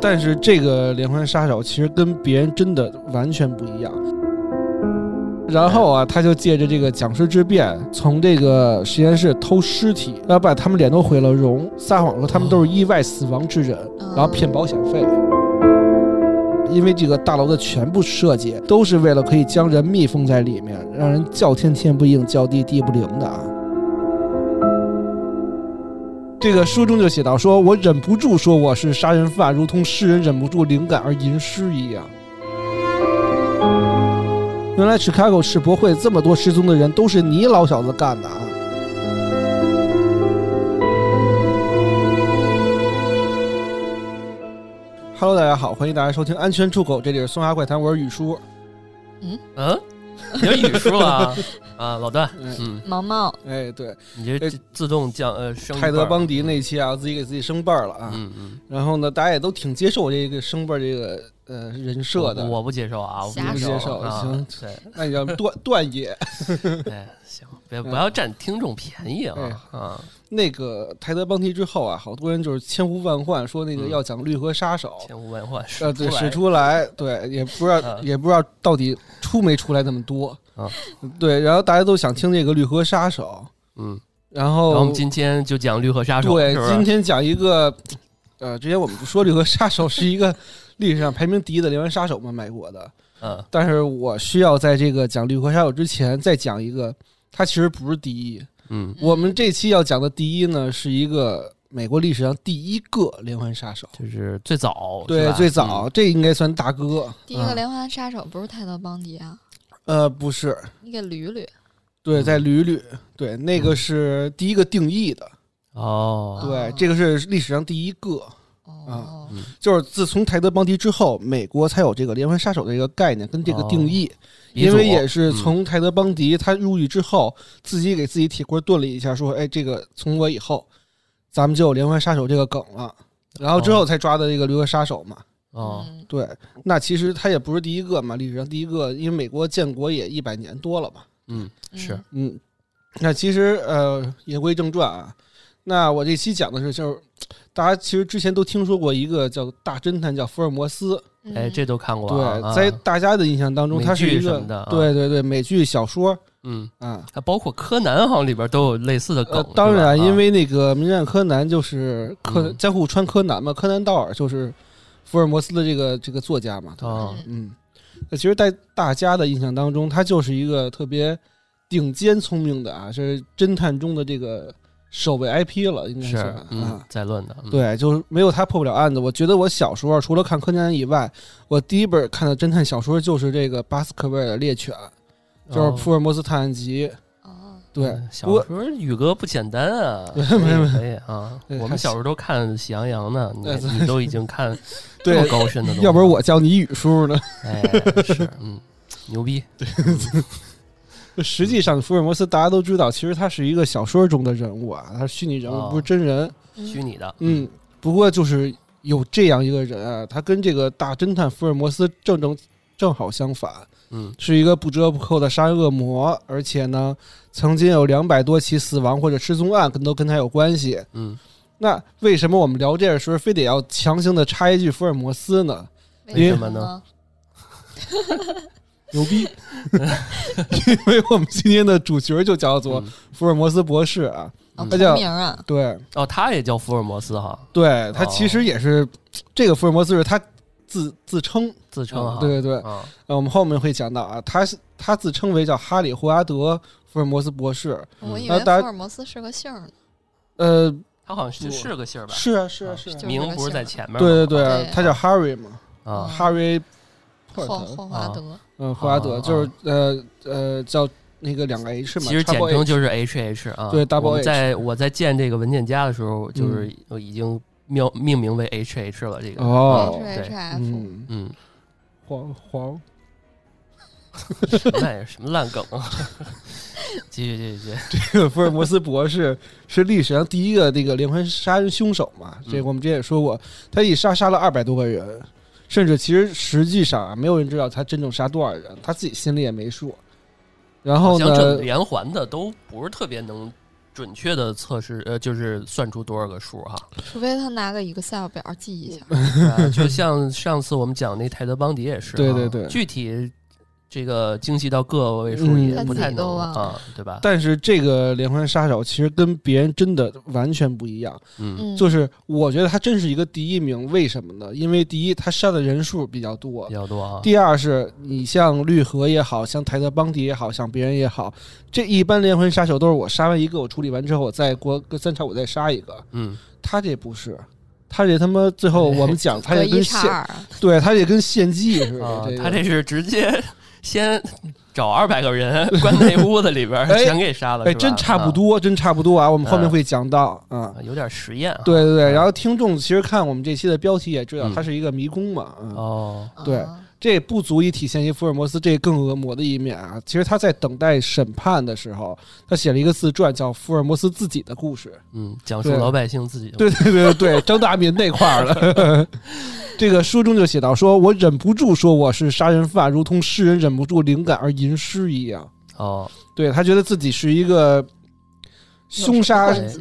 但是这个连环杀手其实跟别人真的完全不一样。然后啊，他就借着这个讲师之便，从这个实验室偷尸体，然后把他们脸都毁了容，撒谎说他们都是意外死亡之人，嗯然后骗保险费。因为这个大楼的全部设计都是为了可以将人密封在里面，让人叫天天不应，叫地地不灵的啊。这个书中就写到说，我忍不住说我是杀人犯，如同诗人忍不住灵感而吟诗一样。原来 Chicago 世博会这么多失踪的人都是你老小子干的啊！Hello，大家好，欢迎大家收听《安全出口》，这里是松花怪谈，我是雨叔。嗯，你叫雨 叔啊？啊，老段，哎，嗯，毛毛，哎对，你这自自动降呃升泰德班儿，邦迪那期啊，自己给自己生伴儿了啊。嗯嗯，然后呢，大家也都挺接受我这个生伴儿这个呃人设的。我我不接受啊，我瞎接说受啊行，对那你叫段段爷，对，行，别不要占听众便宜啊哎啊，那个泰德邦迪之后啊，好多人就是千呼万唤说那个嗯要讲绿河杀手，千呼万唤始呃，对，使出来，嗯对，也不知道、啊也不知道到底出没出来那么多啊 对，然后大家都想听这个绿河杀手，嗯，然然后后我们今天就讲绿河杀手，哦对是不今是？天讲一个，呃，之前我们不说绿河杀手是一个历史上排名第一的连环杀手嘛，美国的，嗯，但是我需要在这个讲绿河杀手之前再讲一个，它其实不是第一，嗯，我们这期要讲的第一呢是一个。美国历史上第一个连环杀手，就是最早，哦是对，吧嗯最早、，这应该算大哥，第一个嗯连环杀手不是泰德邦迪啊，呃，不是，你给捋捋。对，嗯在吕吕，对，那个是第一个定义的，嗯哦，对哦，这个是历史上第一个，哦，嗯就是自从泰德邦迪之后，美国才有这个连环杀手的这个概念跟这哦个定义，鼻因祖为也是嗯从泰德邦迪他入狱之后，自己给自己铁棍炖了一下，说，哎，这个从我以后，咱们就有连环杀手这个梗了，然后之后才抓的这个流河杀手嘛，哦，嗯对，那其实他也不是第一个嘛，历史上第一个，因为美国建国也一百年多了嘛。嗯，是嗯，嗯，那其实呃，言归正传啊，那我这期讲的是，就是大家其实之前都听说过一个叫大侦探，叫福尔摩斯。嗯哎，这都看过啊，对，啊在大家的印象当中，美它是剧一什个么的啊对对对美剧小说嗯，啊。啊包括柯南好像里边都有类似的呃梗，，当是吧然，啊因为那个名侦探柯南就是柯嗯江户川柯南嘛，柯南道尔就是福尔摩斯的这个这个作家嘛。哦，嗯，那其实，在大家的印象当中，他就是一个特别顶尖聪明的啊，是侦探中的这个首位 IP 了，应该是啊、嗯，在论的，嗯，对，就是没有他破不了案子。我觉得我小时候除了看柯南以外，我第一本看的侦探小说就是这个巴斯克维尔的《猎犬》，就是哦《福尔摩斯探案集》。哦，对，嗯小不过时候宇哥不简单啊，对可以 没有没有可以啊， 对我还们小时候都看《喜羊羊》呢， 对对你你都已经看这么对，高 深的东西，要不然我叫你雨叔呢。哎是嗯牛逼，实际上，福尔摩斯大家都知道，其实他是一个小说中的人物啊，他是虚拟人物，哦不是真人。虚拟的，嗯，不过就是有这样一个人啊，他跟这个大侦探福尔摩斯正正正好相反，嗯是一个不折不扣的杀人恶魔，而且呢，曾经有两百多起死亡或者失踪案跟都跟他有关系。嗯，那为什么我们聊这个时候非得要强行的插一句福尔摩斯呢？为为什什么么呢？牛逼！ 因为我们今天的主角就叫做嗯福尔摩斯博士啊，哦嗯他叫同名啊，对哦，他也叫福尔摩斯哈，对，他其实也哦是、这个福尔摩斯是他自 自称，自称哈，嗯对对对，啊，呃，我们后面会讲到啊，他是他自称为叫哈里·霍华德·福尔摩斯博士。嗯我以那为大家福尔摩斯是个姓儿呢。呃，他好像是是个姓儿吧，哦是啊，是啊，是啊就，是名那个不是姓在儿前面吗，对对对啊对，哦他叫 Harry 嘛啊， ，Harry 霍 Port，霍华德，嗯，霍华德啊就是呃呃叫那个两个 H 嘛，其实简 double 称 H 就是 H H 啊。对，double 我们 H 嗯在我在建这个文件夹的时候，就是我已经命命名为 H H 了。这个，H 啊哦， H F，嗯，嗯，黄黄什么玩意儿？什么烂梗啊！ 继续继续继续。这个福尔摩斯博 士是历史上第一个那个连环杀人凶手嘛，嗯这个我们之前也说过，他一杀杀了二百多个人，甚至其实实际上啊，没有人知道他真正杀多少人，他自己心里也没数。然后好像整个呢，连环的都不是特别能准确的测试，呃，就是算出多少个数哈。除非他拿个 Excel 表记一下。呃 就像上次我们讲那泰德邦迪也是啊，对对对具体这个精细到个位数嗯也不太他自己都能忘了啊，对吧？但是这个连环杀手其实跟别人真的完全不一样，嗯，嗯，就是我觉得他真是一个第一名，为什么呢？因为第一，他杀的人数比较多比；较多啊。第二是你像绿河也好像泰德邦迪也好像别人也好，这一般连环杀手都是我杀完一个，我处理完之后，我再过个三场我再杀一个。嗯，他这不是，他这他妈最后我们讲，他隔这一跟差献，二，对他这跟献祭似啊的。，他这这是直接 先找二百 个人关那屋子里边儿，哎全给杀了，哎，是吧真差不，多，真差不多啊！我们后面会讲到啊啊。有点实验啊。对对对，嗯然后听众其实看我们这期的标题也知道，嗯它是一个迷宫嘛，嗯，哦，对啊这不足以体现一福尔摩斯这更恶魔的一面啊。其实他在等待审判的时候，他写了一个自传，叫《福尔摩斯自己的故 事》。嗯，讲述对老百姓自己的对 对对对，张大民那块儿了。 这个书中就写到说，我忍不住说我是杀人犯，如同诗人忍不住灵感而吟诗一样。哦，对他觉得自己是一个凶杀有 什么关系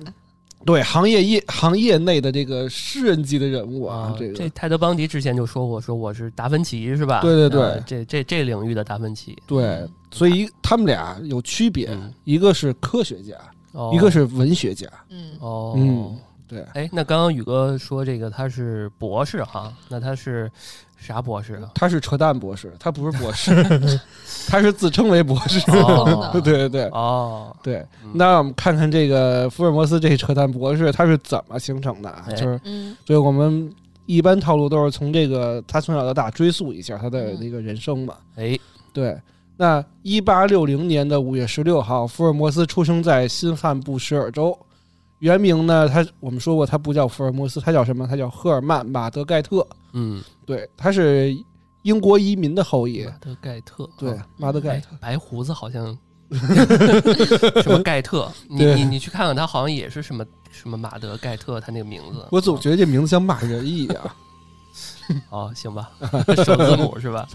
对行业业行业内的这个诗人级的人物啊啊，，这个这泰德邦迪之前就说过，说我是达芬奇是吧？对对对啊这这这领域的达芬奇，对，所以他们俩有区别，嗯，一个是科学家，哦一个是文学家。嗯，哦，嗯，对，？哎，那刚刚宇哥说这个他是博士哈，那他是啥博士啊他是扯淡博士，他不是博士，他是自称为博士。哦 对对对哦，对嗯，那我们看看这个福尔摩斯这扯淡博士他是怎么形成的啊？哎就是嗯对我们一般套路都是从这个他从小到大追溯一下他嗯的那个人生嘛。哎，对，那一八六零年的五月十六号，福尔摩斯出生在新罕布什尔州。原名呢，他我们说过，他不叫福尔摩斯，他叫什么？他叫赫尔曼·马德盖特。嗯，对，他是英国移民的后裔。马德盖特，对啊，马德盖嗯哎特。，白胡 子好像什么盖特，你对你你去看看，他好像也是什么什么马德盖特，他那个名字。啊我总觉得这名字像骂人一样。 哦，行吧， 首字母是吧？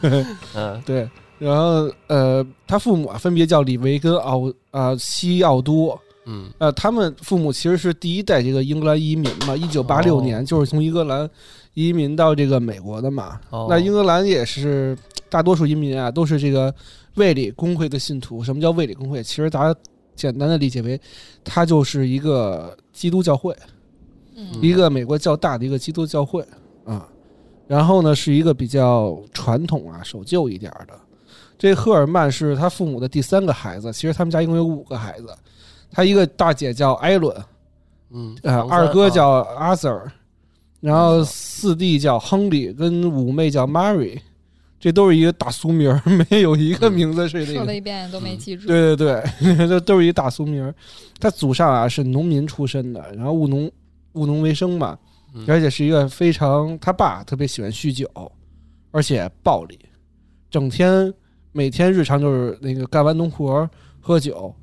嗯，对，然后呃，他父母啊分别叫李维跟奥啊、西奥多。嗯，呃，他们父母其实是第一代这个英格兰移民嘛，一九八六哦年就是从英格兰移民到这个美国的嘛。哦，那英格兰也是大多数移民啊，都是这个卫理公会的信徒。什么叫卫理公会？其实大家简单的理解为，它就是一个基督教会，嗯一个美国较大的一个基督教会啊。然后呢，是一个比较传统啊、守旧一点儿的。这赫尔曼是他父母的第三个孩子，其实他们家一共有五个孩子。他一个大姐叫艾伦，啊嗯，呃，唐三二哥啊叫阿 Sir，然嗯后四弟叫亨利，跟五妹叫 Mary，这都是一个大俗名儿，没有一个名字是那说个嗯了。一遍都没记住。对对对， 这都是一大俗名儿。他祖上啊是农民出身的，然后务农务农为生嘛嗯，而且是一个非常他爸特别喜欢酗酒，而且暴力，整天每天日常就是那个干完农活儿喝酒，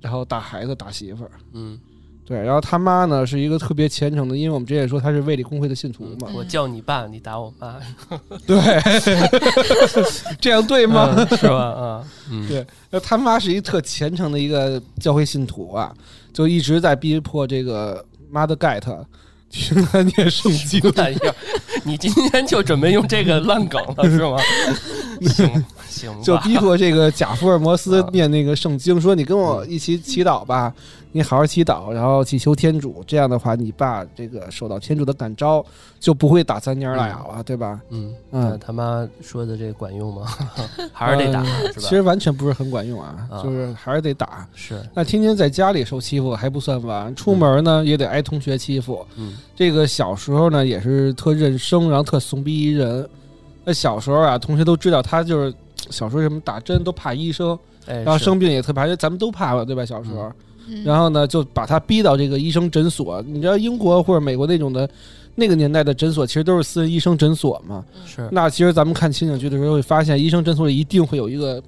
然后打孩子打媳妇儿。嗯，对，然后他妈呢是一个特别虔诚的，因为我们之前也说他是卫理公会的信徒嘛。嗯我叫你爸，你打我妈，对， 这样 对吗？嗯是吧？啊，嗯，对那他妈是一特虔诚的一个教会信徒啊，就一直在逼迫这个妈的盖特听他念圣经。玩意儿，哎你今天就准备用这个烂梗了是吗？ 行行吧，就逼迫这个贾福尔摩斯啊念那个圣经，说你跟我一起祈祷吧，你好好祈祷，然后祈求天主。这样的话，你爸这个受到天主的感召，就不会打三蔫儿俩了，对吧？嗯，那嗯，他妈说的这个 管用吗？还是得打是呃其吧？实完全不是很管用啊，啊就是还是得打。是，那天天在家里受欺负还不算完，出门呢也得挨同学欺负。嗯这个小时候呢也是特认生，然后特怂逼一人。那小时候啊，同学都知道他就是小时候什么打针都怕医生，哎，然后是生病也特怕，因为咱们都怕嘛，对吧？小时候，嗯然后呢就把他逼到这个医生诊所。你知道英国或者美国那种的，那个年代的诊所其实都是私人医生诊所嘛。是，那其实咱们看情景剧的时候会发现，医生诊所里一定会有一个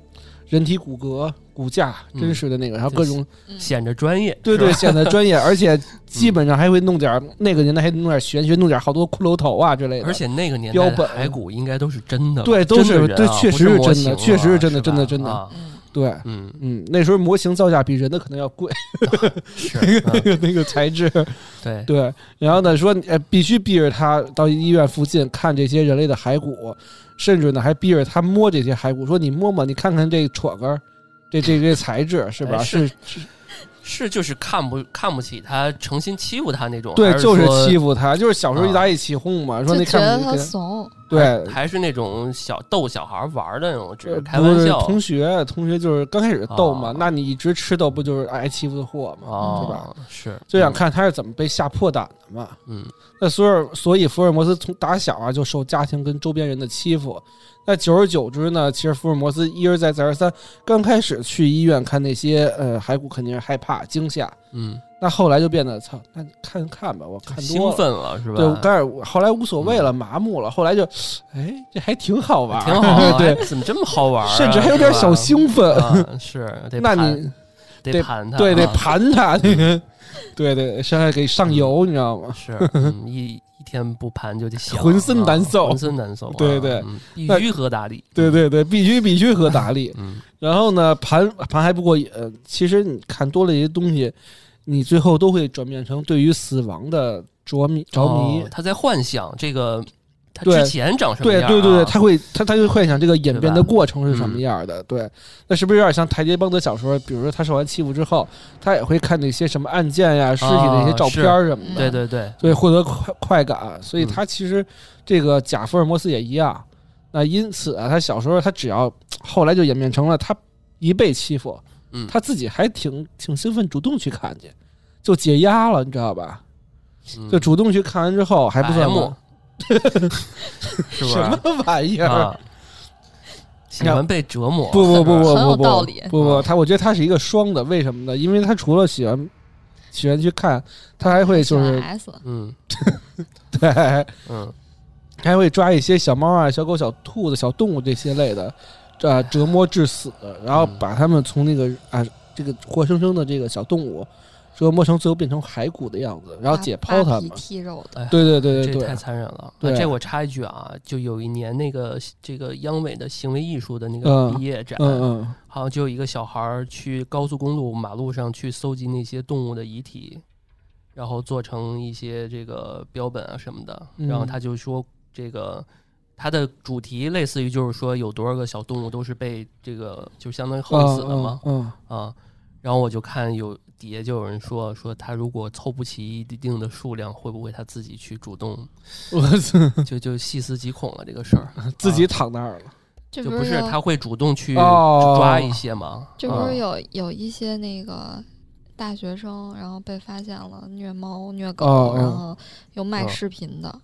人体骨骼、骨架嗯真实的那个，然后就各是种嗯显着专业，对是吧嗯对，，显得专 业，而且基本上还会弄点儿那个年代还弄点儿玄学，弄点儿好多骷髅头啊之类的。而且那个年代标的本骸骨应该都是真的吧，对，都真是的人对，啊确实不是模真型的，啊确实是真的，吧真的真的。啊嗯对，嗯，嗯，那时候模型造价比人的可能要贵， 是， 那嗯个那个材质。对，对，然后呢说，呃，必须逼着他到医院附近看这些人类的骸骨，甚至呢还逼着他摸这些骸骨，说你摸摸，你看看这戳根儿，这这这材质是吧？哎是是是就是看不看不起他，诚心欺负他那种，对还，就是是说欺负他，就是小时候啊一打一起哄嘛，说就那觉看得不他起 谁怂，对。还是那种小逗小孩玩的那种，只呃是开不玩是笑同学，同学就是刚开始逗嘛，哦那你一直吃逗，不就是挨欺负的货嘛，哦是吧？是，就想看他是怎么被吓破胆的嘛。嗯，那所以所以福尔摩斯从打小啊就受家庭跟周边人的欺负。那久而久之呢，其实福尔摩斯一而再再而三，刚开始去医院看那些呃骸骨肯定是害怕惊吓，嗯那后来就变得操，那你看看吧，我看嗯，多兴了。奋了是吧？嗯对，但是后来无所谓了，麻木了。后来就，哎，这还挺好玩儿，，挺好 啊对，哎，怎么这么好玩啊？甚至还有点是吧小兴奋。啊，是，得那盘你得得盘他，对得啊嗯盘他，那个， 对对，现在给上油，你知道吗？ 是，嗯一一天不盘就得想，浑身啊难受浑身难受啊，对对嗯，必那须喝大力，对，对对，必须必须和达利。嗯，然后呢，盘盘还不过瘾。其实你看多了一些东西，你最后都会转变成对于死亡的着迷着迷。哦他在幻想这个他对之前长什么对样啊，对对对，他会他他就幻想这个演变的对吧嗯过程是什么样的。对，那是不是有点像台阶帮的小说？比如说他受完欺负之后，他也会看那些什么案件呀、尸体的哦一些照片儿什么的，对对对，所以获得快快感。所嗯以他其实这个假福尔摩斯也一样。那因此啊，他小时候他只要后来就演变成了他一被欺负，嗯，他自己还挺挺兴奋，主动去看去，就解压了，你知道吧？嗯就主动去看完之后还不算 M 吗是不是 什么玩意儿？啊？喜欢被折磨，不不不不是吧很不有道不理不嗯不，他我觉得他是一个双的，为什么呢？因为他除了喜欢喜欢去看，他还会就喜欢是 S，嗯对， 嗯，还会抓一些小猫啊、小狗、小兔子、小动物这些类的，呃，折磨致死，然后嗯把它们从那个啊这个活生生的这个小动物折磨成最后变成骸骨的样子，然后扒解剖它扒们皮。剔肉的，对对对对这对太，残忍了。啊对这我插一句啊，就有一年那个这个央美的行为艺术的那个嗯毕业展，嗯嗯。好像就有一个小孩儿去高速公路马路上去搜集那些动物的遗体，然后做成一些这个标本啊什么的。嗯然后他就说，这个他的主题类似于就是说有多少个小动物都是被这个就相当于横死了嘛嗯， 嗯啊。然后我就看有底下就有人说说他如果凑不齐一定的数量，会不会他自己去 主动我 自就就细思极恐了这个事 儿。啊自己躺那儿了。这就不不是是有他会主动去哦抓一些吗？这不啊是有有一些那个大学生，然后被发现了虐猫虐哦狗，哦然后有卖哦视频的，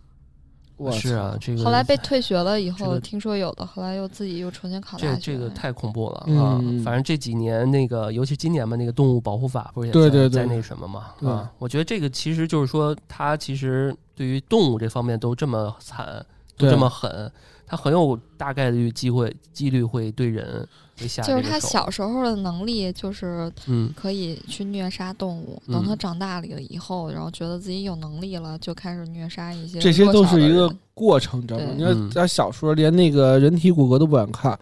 我是啊，这个后来被退学了以这后，个听说有的后来又自己又重新考这大这学个了。太恐怖了、嗯啊！反正这几年那个，尤其今年嘛，那个动物保护法不是也对在对对在那什么嘛对啊？我觉得这个其实就是说，它其实对于动物这方面都这么惨，都对这么狠，它很有大概率机会几率会对人会下就是这个他手小时候的能力，就是嗯可以去虐杀动物。嗯等他长大了以后，然后觉得自己有能力了，就开始虐杀一些这些都弱小是的一个人过程，知道吗？对你说嗯咱小时候连那个人体骨骼都不敢看，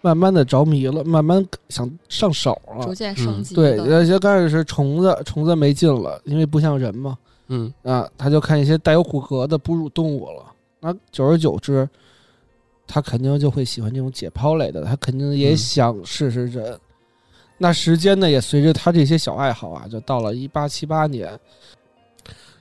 慢慢的着迷了，慢慢想上手逐了。渐升嗯级哦对，呃的。而且刚开始是虫子，虫子没劲了，因为不像人嘛，嗯啊，他就看一些带有骨骼的哺乳动物了。那久而久之，他肯定就会喜欢这种解剖类的，他肯定也嗯想试试人。那时间呢，也随着他这些小爱好啊，就到了一八七八年。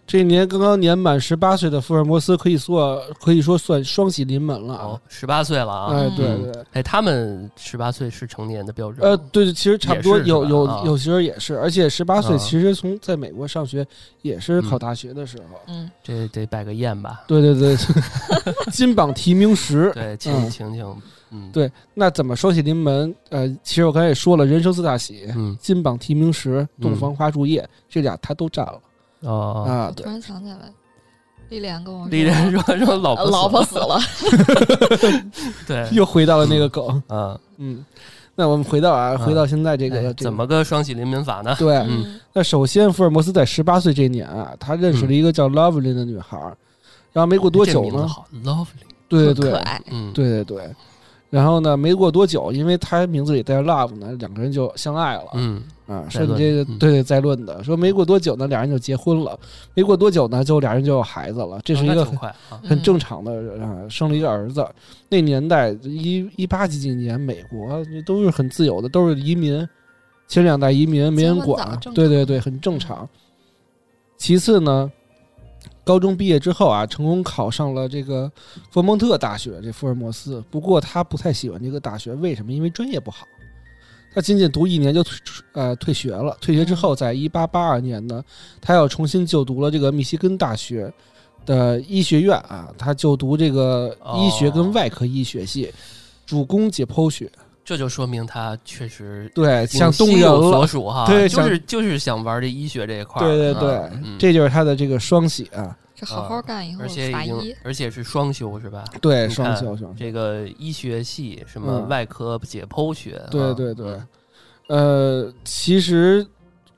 这一年刚刚年满十八岁的福尔摩斯，可以说可以说算双喜临门了啊哦！，十八岁了啊！哎，对嗯对，哎，他们十八岁是成年的标准呃，对，其实差不多也是有是吧有啊有时候也是，而且十八岁啊其实从在美国上学也是考嗯大学的时候，嗯，这得拜个宴吧？对对 对，金榜题名时，对，请嗯请请，嗯，对，那怎么双喜临门？呃，其实我刚才也说了，人生四大喜，嗯金榜题名时、洞嗯房花烛夜，这俩他都占了哦，啊我。突对，然想起来，丽莲跟我说李然说说老呃婆老死了婆死了，对，又回到了那个梗。嗯，嗯，那我们回到啊，回到现在这个、哎这个怎么个双喜临门法呢？对？嗯那首先，福尔摩斯在十八岁这年啊，他认识了一个叫 Lovely 的女孩儿，然后没过多这久名字呢，好 lovely，对嗯对可对爱，嗯，对对对，然后呢，没过多久，因为他名字里带着 love 呢，两个人就相爱了。嗯，啊，再说你论这个嗯对对再论的，说没过多久呢，俩人就结婚了，没过多久呢，就俩人就有孩子了，这是一那个挺很快啊，很嗯正常的啊，生了一个儿子。那年代一一八几几年，美国都是很自由的，都是移民，前两代移民没人结婚早管正，常嗯对对对，很正常。其次呢，高中毕业之后啊，成功考上了这个佛蒙特大学，这福尔摩斯。不过他不太喜欢这个大学，为什么？因为专业不好。他仅仅读一年就退呃退学了。退学之嗯后，在一八八二年呢，他又重新就读了这个密西根大学的医学院啊，他就读这个哦医学跟外科医学系，主攻解剖学。这就说明他确实对，想动心人有了所，属哈，对就想是就是想玩这医学这一块儿，对对对啊嗯，这就是他的这个双喜啊，这好好干以后而且法已医经，而且是双修是吧？对，你看双修双修，这个医学系什么嗯外科解剖学啊，对对对嗯，呃，其实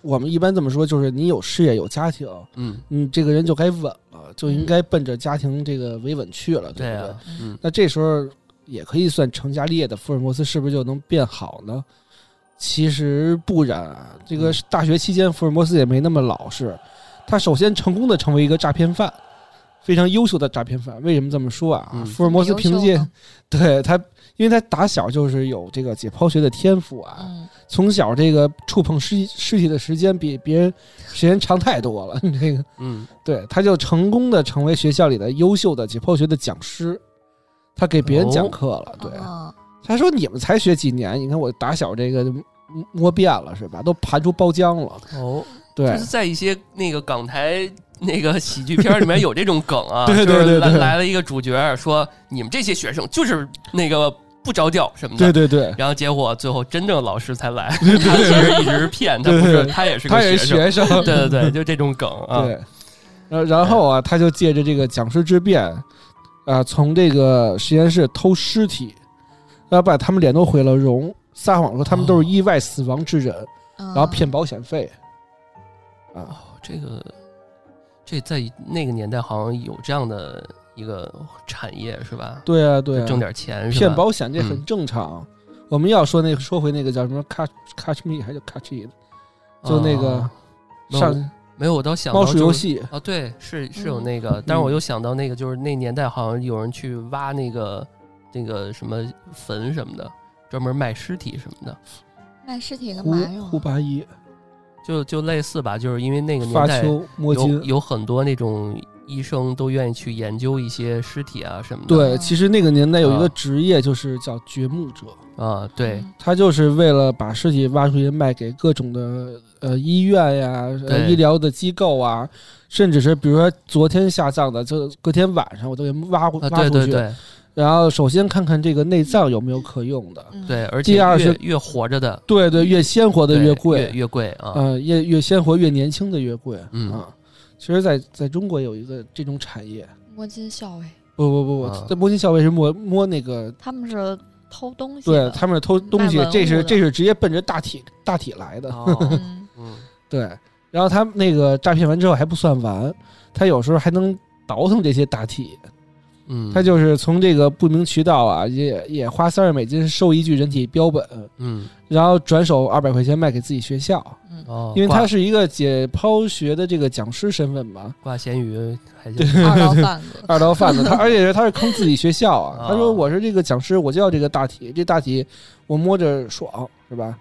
我们一般这么说，就是你有事业有家庭，嗯，你这个人就该稳了，就应该奔着家庭这个维稳去了，对不对啊？，嗯那这时候也可以算成家立业的福尔摩斯是不是就能变好呢？其实不然啊，这个大学期间福尔摩斯也没那么老实，他首先成功的成为一个诈骗犯，非常优秀的诈骗犯。为什么这么说啊？嗯福尔摩斯凭优秀借呢对他，因为他打小就是有这个解剖学的天赋啊，嗯，从小这个触碰尸尸体的时间比别人时间长太多了。 这个嗯，对，他就成功的成为学校里的优秀的解剖学的讲师，他给别人讲课了。对，啊他说你们才学几年，你看我打小这个就摸摸遍了是吧？都盘出包浆了。哦，就对是，在一些那个港台那个喜剧片里面有这种梗啊， 对对就是对来对来了一个主角说你们这些学生就是那个不着调什么的，对对对，然后结果最后真正老师才来，他其实一直是骗，他对不对是对他也 是他个也是生，学生。 对对对，就这种梗啊，对，然后然后啊，他就借着这个讲师之便，啊、从这个实验室偷尸体，然后把他们脸都毁了容，撒谎说他们都是意外死亡之人，然然后骗保险费。哦啊，，这个这在那个年代好像有这样的一个产业是吧？对啊，对啊，挣点钱是吧？嗯骗保险这很正常。我们要说那个说回那个叫什么 catch catch me 还是 catch it 就那个哦那上没有，我倒想到猫鼠就游是。戏，哦，对，是是有嗯那个，但是我又想到那个，就是那年代好像有人去挖那个那个什么坟什么的，专门卖尸体什么的，卖尸体干胡嘛用胡啊？八一就就类似吧，就是因为那个年发代丘摸有金。有很多那种医生都愿意去研究一些尸体啊什么的，对，其实那个年代有一个啊职业，就是叫掘墓者，啊，对，嗯，他就是为了把尸体挖出去卖给各种的呃医院呀、呃、对医疗的机构啊，甚至是比如说昨天下葬的，就隔天晚上我都给挖啊，嗯挖对出对去，对然后首先看看这个内脏有没有可用的，嗯对，，而第且二越是越活着的对对，越鲜活的对越贵，越越贵啊，呃，越越鲜活越年轻的越贵，嗯啊，其实在，在中国有一个这种产业，嗯摸金校尉，不不不啊不，这摸金校尉是摸摸那个，他们是偷东西对的，他们是偷东西卖文，物这是的这是直接奔着大体大体来的，哦， 嗯嗯，对。然后他们那个诈骗完之后还不算完，他有时候还能倒腾这些大体，嗯，他就是从这个不明渠道啊，也也花三十美金收一具人体标本，嗯然后转手二百块钱卖给自己学校，嗯，哦，因为挂他是一个解剖学的这个讲师身份嘛，挂咸鱼还行，二道贩 子，二道贩子，他而且是他是坑自己学校啊啊。他说我是这个讲师，我就要这个大题，这大题我摸着爽，是吧？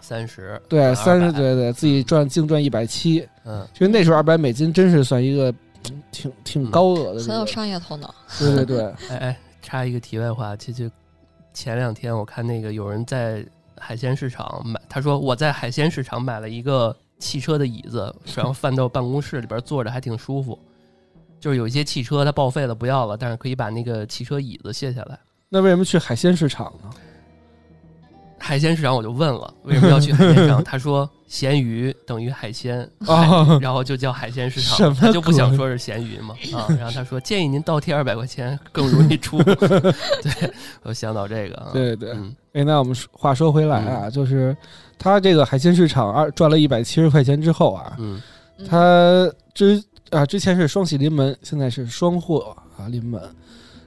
三十，对， 200三十，对对，自己赚净赚一百七，嗯，其实那时候二百美金真是算一个嗯挺挺高额嗯的这很有个，商业头脑，对对对，哎哎，插一个题外话，其实前两天我看那个有人在海鲜市场买，他说我在海鲜市场买了一个汽车的椅子，然后放到办公室里边坐着还挺舒服。就是有一些汽车它报废了不要了，但是可以把那个汽车椅子卸下来。 那为什么去海鲜市场呢？海鲜市场我就问了，为什么要去海鲜市场？他说咸鱼等于海鲜， 哦，然后就叫海鲜市场，什么他就不鬼想说是咸鱼嘛啊。然后他说建议您倒贴二百块钱更容 易出。对，我想到这个啊，对对，嗯哎，那我们说话说回来啊，就是他这个海鲜市场二赚了一百七十块钱之后啊，嗯嗯他之啊之前是双喜临门，现在是双获啊临门。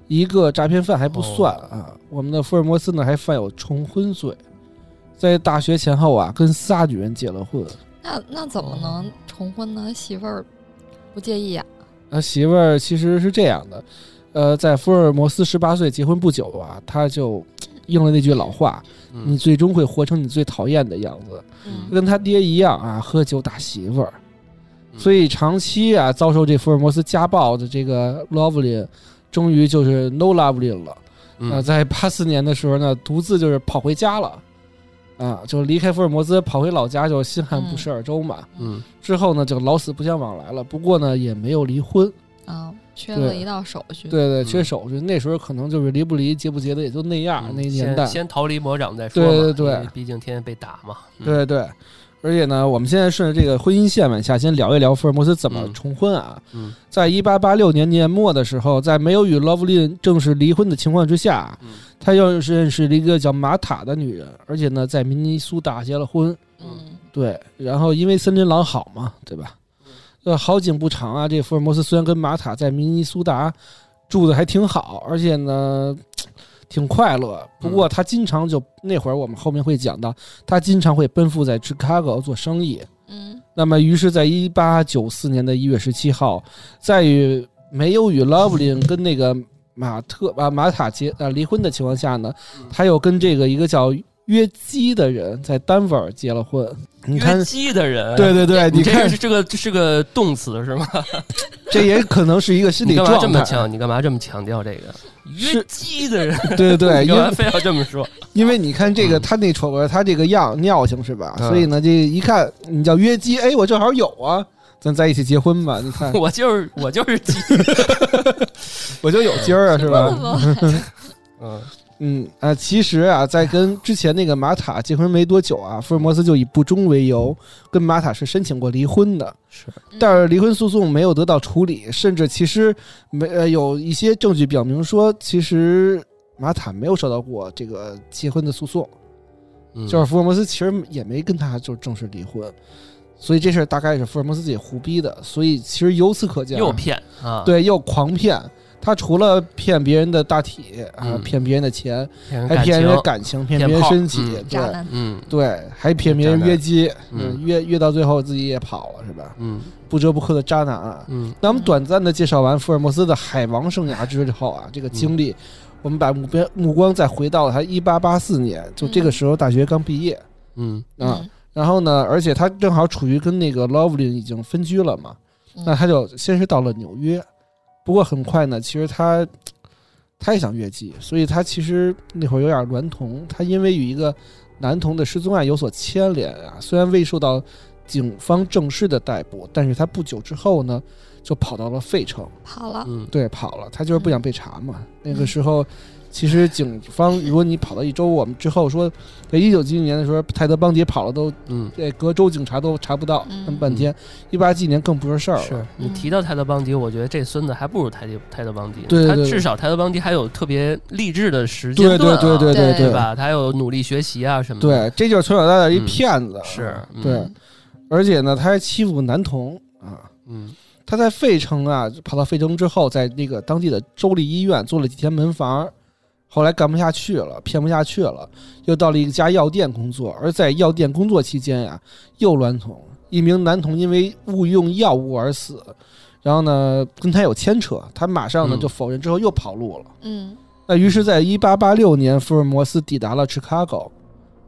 一个诈骗犯还不算啊，哦我们的福尔摩斯呢还犯有重婚罪，在大学前后啊跟仨女人结了婚，那那怎么哦能重婚呢？他媳妇儿不介意呀、啊他啊媳妇儿其实是这样的，呃，在福尔摩斯十八岁结婚不久啊，他就应了那句老话：“你嗯最终会活成你最讨厌的样子。”嗯跟他爹一样啊，喝酒打媳妇儿，嗯所以长期啊遭受这福尔摩斯家暴的这个 Lovelin，终于就是 No Lovelin 了。嗯那在八四年的时候呢，独自就是跑回家了，啊，就离开福尔摩斯跑回老家，就新罕布什尔州嘛。嗯之后呢，就老死不相往来了。不过呢，也没有离婚。啊，缺对了一道手续。对对，嗯缺手续。那时候可能就是离不离、结不结的也就那样。嗯啊那年代先，先逃离魔掌再说嘛，对对对因为毕竟天天被打嘛。嗯，对对。而且呢，我们现在顺着这个婚姻线往下，先聊一聊福尔摩斯怎么嗯重婚啊。嗯在一八八六年年末的时候，在没有与 Lovelin 正式离婚的情况之下，嗯他又是认识了一个叫玛塔的女人，而且呢，在明尼苏达结了婚。嗯，对，然后因为森林狼好嘛，对吧？呃，好景不长啊，这福尔摩斯虽然跟玛塔在明尼苏达住的还挺好，而且呢，挺快乐。不过他经常就那会儿我们后面会讲到，他经常会奔赴在 Chicago 做生意。嗯那么，于是，在一八九四年的一月十七号，在与没有与 Lovelin 跟那个马特啊马塔结啊离婚的情况下呢，嗯他又跟这个一个叫约基的人在丹佛尔结了婚。你看约，基的人，对对对，你你这看是，这个这是个动词是吗？这也可能是一个心理你干状态。嘛这么强？你干嘛这么强调这个约基的人？对对对，你因干嘛为非要这么 说？因为你看这个嗯他那丑闻，他这个样尿性是吧？嗯所以呢，这一看你叫约基，哎，我正好有啊，咱在一起结婚吧？你看 我就是我就是基，嗯 我就有今儿啊，是吧？什么玩 意儿嗯嗯啊，其实啊，在跟之前那个玛塔结婚没多久啊，福尔摩斯就以不忠为由跟玛塔是申请过离婚的，是但嗯是离婚诉讼没有得到处理，甚至其实没呃有一些证据表明说，其实玛塔没有受到过这个结婚的诉讼，嗯就是福尔摩斯其实也没跟他就正式离婚，所以这事儿大概是福尔摩斯自己胡逼的，所以其实由此可见啊，又骗啊，，对又狂骗，他除了骗别人的大体啊，嗯骗别人的钱。骗人还感骗人情家，感情，骗骗别人炮身体，嗯渣对男，嗯对，还骗别人渣男约基，嗯嗯约约到最后自己也跑了，是吧？嗯不折不扣的渣男啊！嗯那我们短暂的介绍完福尔摩斯的海王生涯之后啊，嗯这个经历，我们把目标目光再回到了他一八八四年，就这个时候大学刚毕业嗯啊。嗯然后呢，而且他正好处于跟那个 Lovelin 已经分居了嘛，嗯那他就先是到了纽约，不过很快呢，其实他他也想越级，所以他其实那会儿有点娈童，他因为与一个男童的失踪案有所牵连啊，虽然未受到警方正式的逮捕，但是他不久之后呢，就跑到了费城，跑了，嗯，对，跑了，他就是不想被查嘛。嗯那个时候，其实警方如果你跑到一周，我们之后说，在一九七零年的时候，泰德邦迪跑了都，嗯这隔州警察都查不到，嗯那么半天，一八几年更不是事儿了。是嗯你提到泰德邦迪，我觉得这孙子还不如泰迪泰德邦迪呢，对对他对至少泰德邦迪还有特别励志的时间对段对啊，对对对对对吧？他还有努力学习啊什么的，对，这就是从小到大的一嗯骗子。是，嗯对，而且呢，他还欺负男童啊。嗯他在费城啊，跑到费城之后，在那个当地的州立医院做了几天门房，后来干不下去了，骗不下去了，又到了一家药店工作。而在药店工作期间呀、又娈童，一名男童因为误用药物而死，然后呢跟他有牵扯，他马上呢嗯就否认，之后又跑路了。嗯那于是，在一八八六年，福尔摩斯抵达了 Chicago，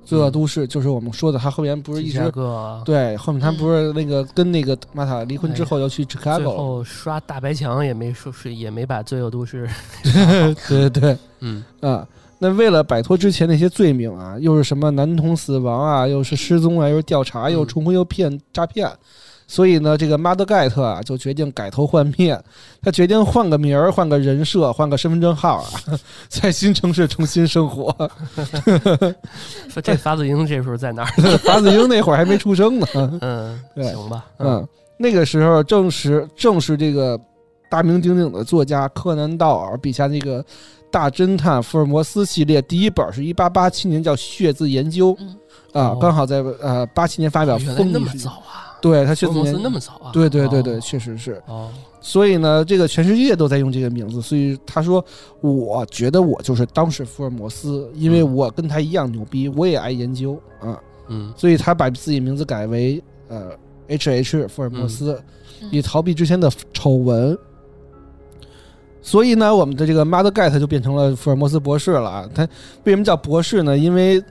罪恶都市，就是我们说的，他后面不是一芝加直哥啊对，后面他嗯不是那个跟那个玛塔离婚之后要去最 Chicago，啊了、后刷大白墙也没说是也没把罪恶都市， 对对对，嗯啊、那为了摆脱之前那些罪名啊，又是什么男童死亡啊，又是失踪啊，又是调查，又重婚又骗诈骗，所以呢，这个马德盖特啊就决定改头换面，他决定换个名儿，换个人设，换个身份证号啊， 在新城市重新生活。说这法子英这时候在哪儿？ 法子英那会儿还没出生呢。嗯， 对行吧，嗯，那个时候正是正是这个大名鼎鼎的作家柯南道尔笔下那个大侦探福尔摩斯系列第一本是一八八七年叫《血字研究嗯》啊哦，刚好在呃八七年发表原来风那么靡世界。早啊，对他去福自尔摩斯年，那么早啊？对对对对，哦确实是。哦，所以呢，这个全世界都在用这个名字。所以他说，我觉得我就是当时福尔摩斯，因为嗯我跟他一样牛逼，我也爱研究啊，嗯所以他把自己名字改为呃 H H 福尔摩斯，嗯以逃避之前的丑闻。所以呢，我们的这个 Mother Gat 就变成了福尔摩斯博士了啊。他为什么叫博士呢？因为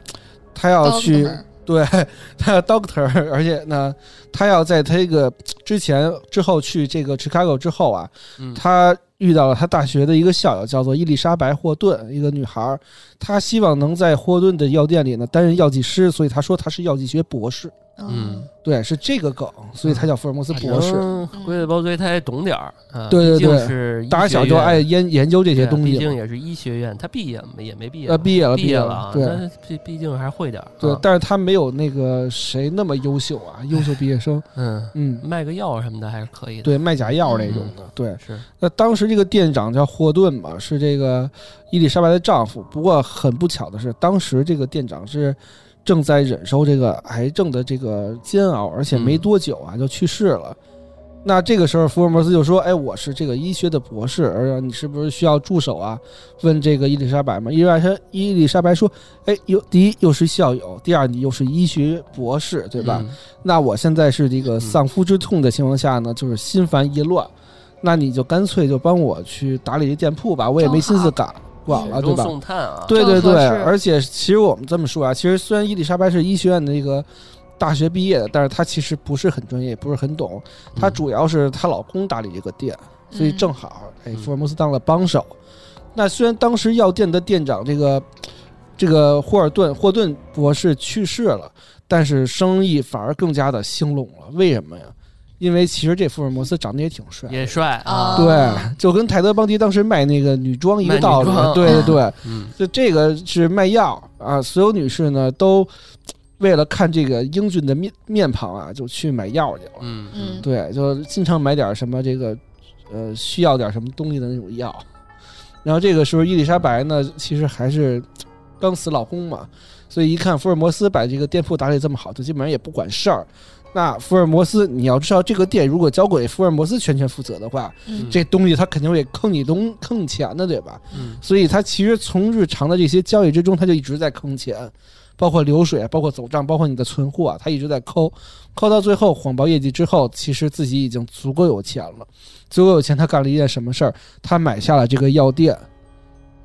他要去 Dogmer 对， 他要 doctor，而且呢，他要在他这个之前之后去这个 Chicago 之后啊，嗯，他遇到了他大学的一个校友，叫做伊丽莎白·霍顿，一个女孩儿。她希望能在霍顿的药店里呢担任药剂师，所以她说她是药剂学博士。嗯嗯，对，是这个梗，所以她叫福尔摩斯博士。嗯龟子包追他也懂点儿，啊对对毕对竟是医打小学就院爱研研究这些对啊东毕西竟嘛。也是医学院，他毕业没也没毕业呃，嘛，毕业了，毕业了啊，对但是毕毕竟还是会点儿，对啊，但是她没有那个谁那么优秀啊，优秀毕业生。嗯，嗯，卖个药什么的还是可以的，对，卖假药那种的。对，是，那当时这个店长叫霍顿嘛，是这个伊丽莎白的丈夫。不过很不巧的是，当时这个店长是正在忍受这个癌症的这个煎熬，而且没多久啊就去世了。那这个时候，福尔摩斯就说：“哎，我是这个医学的博士，而你是不是需要助手啊？”问这个伊丽莎白嘛。伊丽莎白伊丽莎白说：“哎，有第一又是校友，第二你又是医学博士，对吧？嗯？那我现在是这个丧夫之痛的情况下呢，就是心烦意乱，那你就干脆就帮我去打理这店铺吧，我也没心思搞管了，雪对中吧？送炭啊，对对正合对适，而且其实我们这么说啊，其实虽然伊丽莎白是医学院的那个大学毕业的，但是她其实不是很专业，也不是很懂，她嗯主要是她老公打理这个店，所以正好好，哎，嗯福尔摩斯当了帮手。那虽然当时药店的店长这个这个霍尔顿霍顿博士去世了，但是生意反而更加的兴隆了。为什么呀？因为其实这福尔摩斯长得也挺帅，也帅啊，啊对，就跟泰德邦迪当时卖那个女装一卖个女道理装。对对对，嗯，就这个是卖药啊，所有女士呢都为了看这个英俊的面面庞啊，就去买药去了。嗯嗯对，就经常买点什么这个，呃，需要点什么东西的那种药。然后这个时候，伊丽莎白呢，其实还是刚死老公嘛，所以一看福尔摩斯把这个店铺打理这么好，就基本上也不管事儿。那福尔摩斯，你要知道，这个店如果交给福尔摩斯全权负责的话，嗯这东西他肯定会坑你东坑钱的，对吧？嗯所以他其实从日常的这些交易之中，他就一直在坑钱，包括流水，啊包括走账，包括你的存货，啊他一直在抠，抠到最后谎报业绩之后，其实自己已经足够有钱了，足够有钱。他干了一件什么事儿？他买下了这个药店。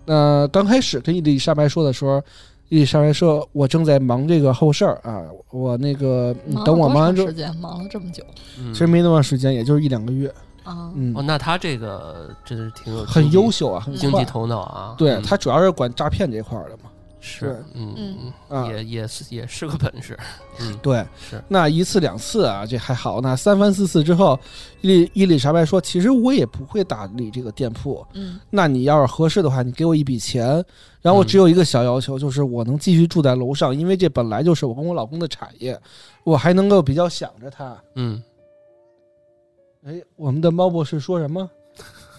那、刚开始跟伊丽莎白说的时候，伊丽莎白说：“我正在忙这个后事儿啊，我那个你等我忙完之后时，间忙了这么久嗯其实没那么长时间，也就是一两个月。啊，嗯哦，，那他这个真是挺有很经济优秀啊，很经济快。头脑啊，对嗯他主要是管诈骗这块儿的嘛。”是嗯嗯啊也也是也是个本事，嗯 对，是那一次两次啊，这还好。那三番四次之后，伊丽伊丽莎白说：“其实我也不会打理这个店铺。嗯那你要是合适的话，你给我一笔钱。然后我只有一个小要求，就是我能继续住在楼上，因为这本来就是我跟我老公的产业，我还能够比较想着他。嗯哎，我们的猫博士说什么？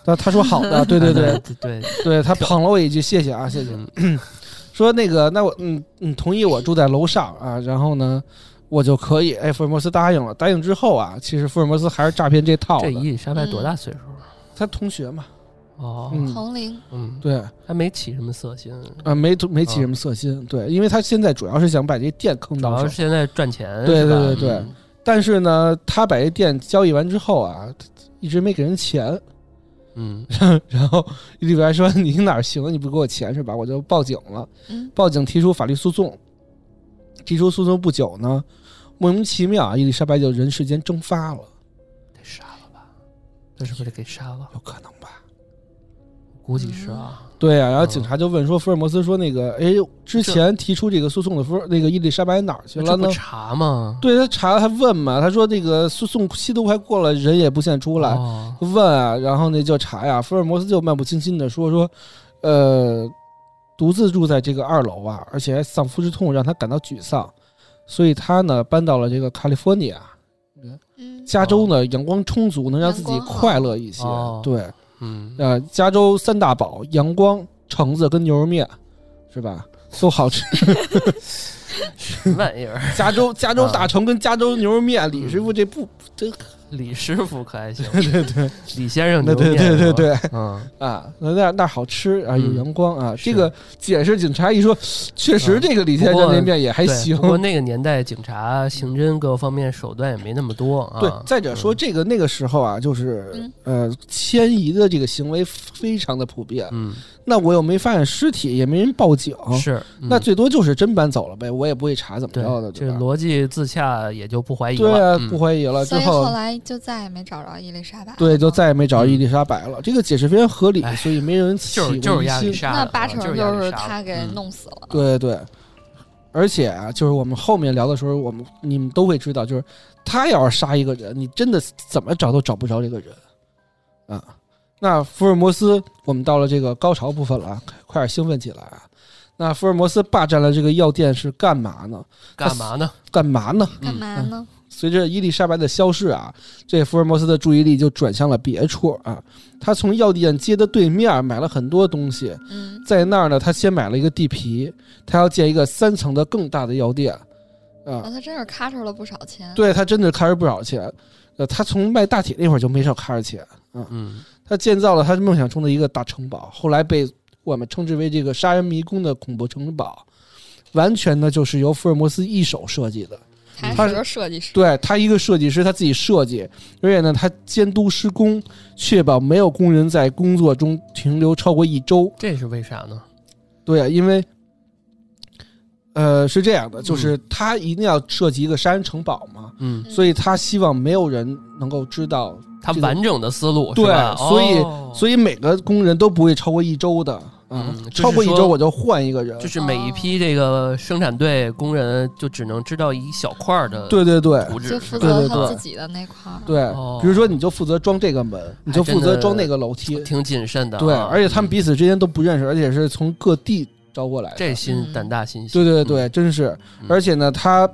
他他说好的，对对对 对，对，对他捧了我一句，谢谢啊，谢谢。嗯说那个，那我嗯嗯同意我住在楼上啊，然后呢，我就可以。哎，福尔摩斯答应了，答应之后啊，其实福尔摩斯还是诈骗这套这的。伊丽莎白多大岁数啊？他同学嘛，哦，嗯，同龄嗯，对，还没起什么色心，啊，没没起什么色心，对，因为他现在主要是想把这店坑嗯主到要嗯手是，现在赚钱，对是吧对对对嗯但是呢，他把这店交易完之后啊，他一直没给人钱。嗯然后伊丽莎白说：“你哪儿行？你不给我钱是吧？我就报警了。”嗯报警提出法律诉讼。提出诉讼不久呢，莫名其妙啊，伊丽莎白就人世间蒸发了，得杀了吧？这是不是得给杀了？有可能吧？估计是啊，对啊，然后嗯警察就问说，福尔摩斯说那个，哎，之前提出这个诉讼的福尔那个伊丽莎白哪儿去这了不呢？查吗？对他查了，他问嘛，他说那个诉讼期都快过了，人也不见出来，哦问啊，然后那就查呀。福尔摩斯就漫不经心的说说，呃，独自住在这个二楼啊，而且还丧夫之痛让他感到沮丧，所以他呢搬到了这个卡利福尼亚。嗯加州呢，阳光充足，能让自己阳光好快乐一些。哦对， 嗯，呃，加州三大宝：阳光、橙子跟牛肉面，是吧？都好吃。什么玩意儿？ 加州加啊州大肠跟加州牛肉面，李师傅这不这李师傅可还行， 对对李先生对牛对对对面是吧，对嗯，啊，那那那好吃啊，有嗯阳光啊。是这个解释，警察一说，确实嗯这个李先不生过那面也还对行不。过那个年代，警察刑侦各方面手段也没那么多对啊，。再者说，这个那个时候啊，就是嗯呃，迁移的这个行为非常的普遍。嗯，那我又没发现尸体，也没人报警，是，哦嗯那最多就是真搬走了呗，我也不会查怎么对着的，这对吧？逻辑自洽，也就不怀疑了。对啊，嗯不怀疑了之所以后后，来就再也没找着伊丽莎白了吗。对，就再也没找嗯伊丽莎白了。这个解释非常合理，哎所以没人起就是就过是疑亚历心。莎的啊，那八成就是亚就历是莎的他给嗯弄死了。对对，而且啊，就是我们后面聊的时候，我们你们都会知道，就是他要是杀一个人，你真的怎么找都找不着这个人啊。那福尔摩斯，我们到了这个高潮部分了啊，快点兴奋起来啊！那福尔摩斯霸占了这个药店是干嘛呢？干嘛呢？干嘛呢？干嗯嘛呢？随着伊丽莎白的消逝啊，这福尔摩斯的注意力就转向了别处啊。他从药店街的对面买了很多东西，嗯，在那儿呢，他先买了一个地皮，他要建一个三层的更大的药店啊哦，。他真是咔着了不少钱。对他真的开始不少钱，呃，他从卖大铁那会儿就没少开着钱。嗯，他建造了他梦想中的一个大城堡，后来被我们称之为这个杀人迷宫的恐怖城堡，完全呢就是由福尔摩斯一手设计的。还他是个设计师。对他一个设计师，他自己设计，而且呢，他监督施工，确保没有工人在工作中停留超过一周。这是为啥呢？对啊，因为，呃，是这样的，就是他一定要设计一个杀人城堡嘛，嗯，所以他希望没有人能够知道，他这个完整的思路对是吧所以哦所以每个工人都不会超过一周的。啊嗯就是超过一说周我就换一个人。就是每一批这个生产队工人就只能知道一小块儿的对对对图纸就，负对对责对他自己的那块儿。对哦，比如说你就负责装这个门，你就负责装那个楼梯。挺谨慎的啊。对，而且他们嗯彼此之间都不认识，而且是从各地招过来的。这心嗯胆大心细。对对对，真是，嗯而且呢，他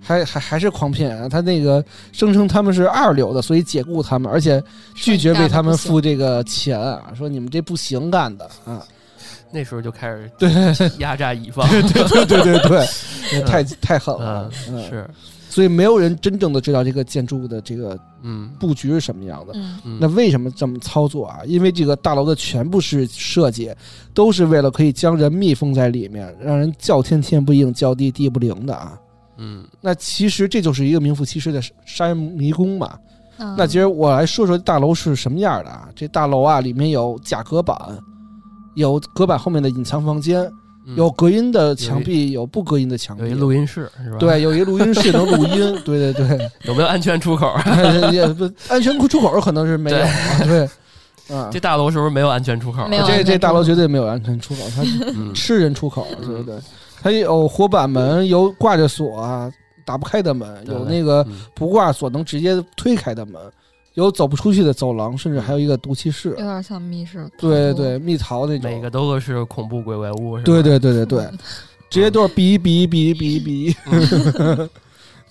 还还还是狂骗啊，他那个声称他们是二流的，所以解雇他们，而且拒绝为他们付这个钱啊，说你们这不行干的啊，嗯，那时候就开始对 压榨乙方。对对 对对对，太太狠了嗯，，嗯，是，所以没有人真正的知道这个建筑物的这个嗯布局是什么样的。嗯，嗯，那为什么这么操作啊？因为这个大楼的全部是设计，都是为了可以将人密封在里面，让人叫天天不应，叫地地不灵的啊。嗯那其实这就是一个名副其实的杀杀人迷宫嘛。嗯那其实我来说说大楼是什么样的啊？这大楼啊，里面有假隔板，有隔板后面的隐藏房间，嗯有隔音的墙壁，有不隔音的墙有壁一。录音室是吧？，对，有一录音室能录音，对对对 有没有安全出口啊？对，也不安全出口可能是没有啊，对，啊，这大楼是不是没有安全出口啊？没有这安这全大出楼口绝对没有安全出口，它 嗯吃人出口，对不对？它有活板门，有挂着锁啊，打不开的门，有那个嗯不挂锁能直接推开的门，有走不出去的走廊，甚至嗯还有一个毒气室有。点像密室。对对，对，蜜桃那每种个。都是恐怖鬼怪物是吧？对对对对 对，直接都是比一比一比一比一比一。嗯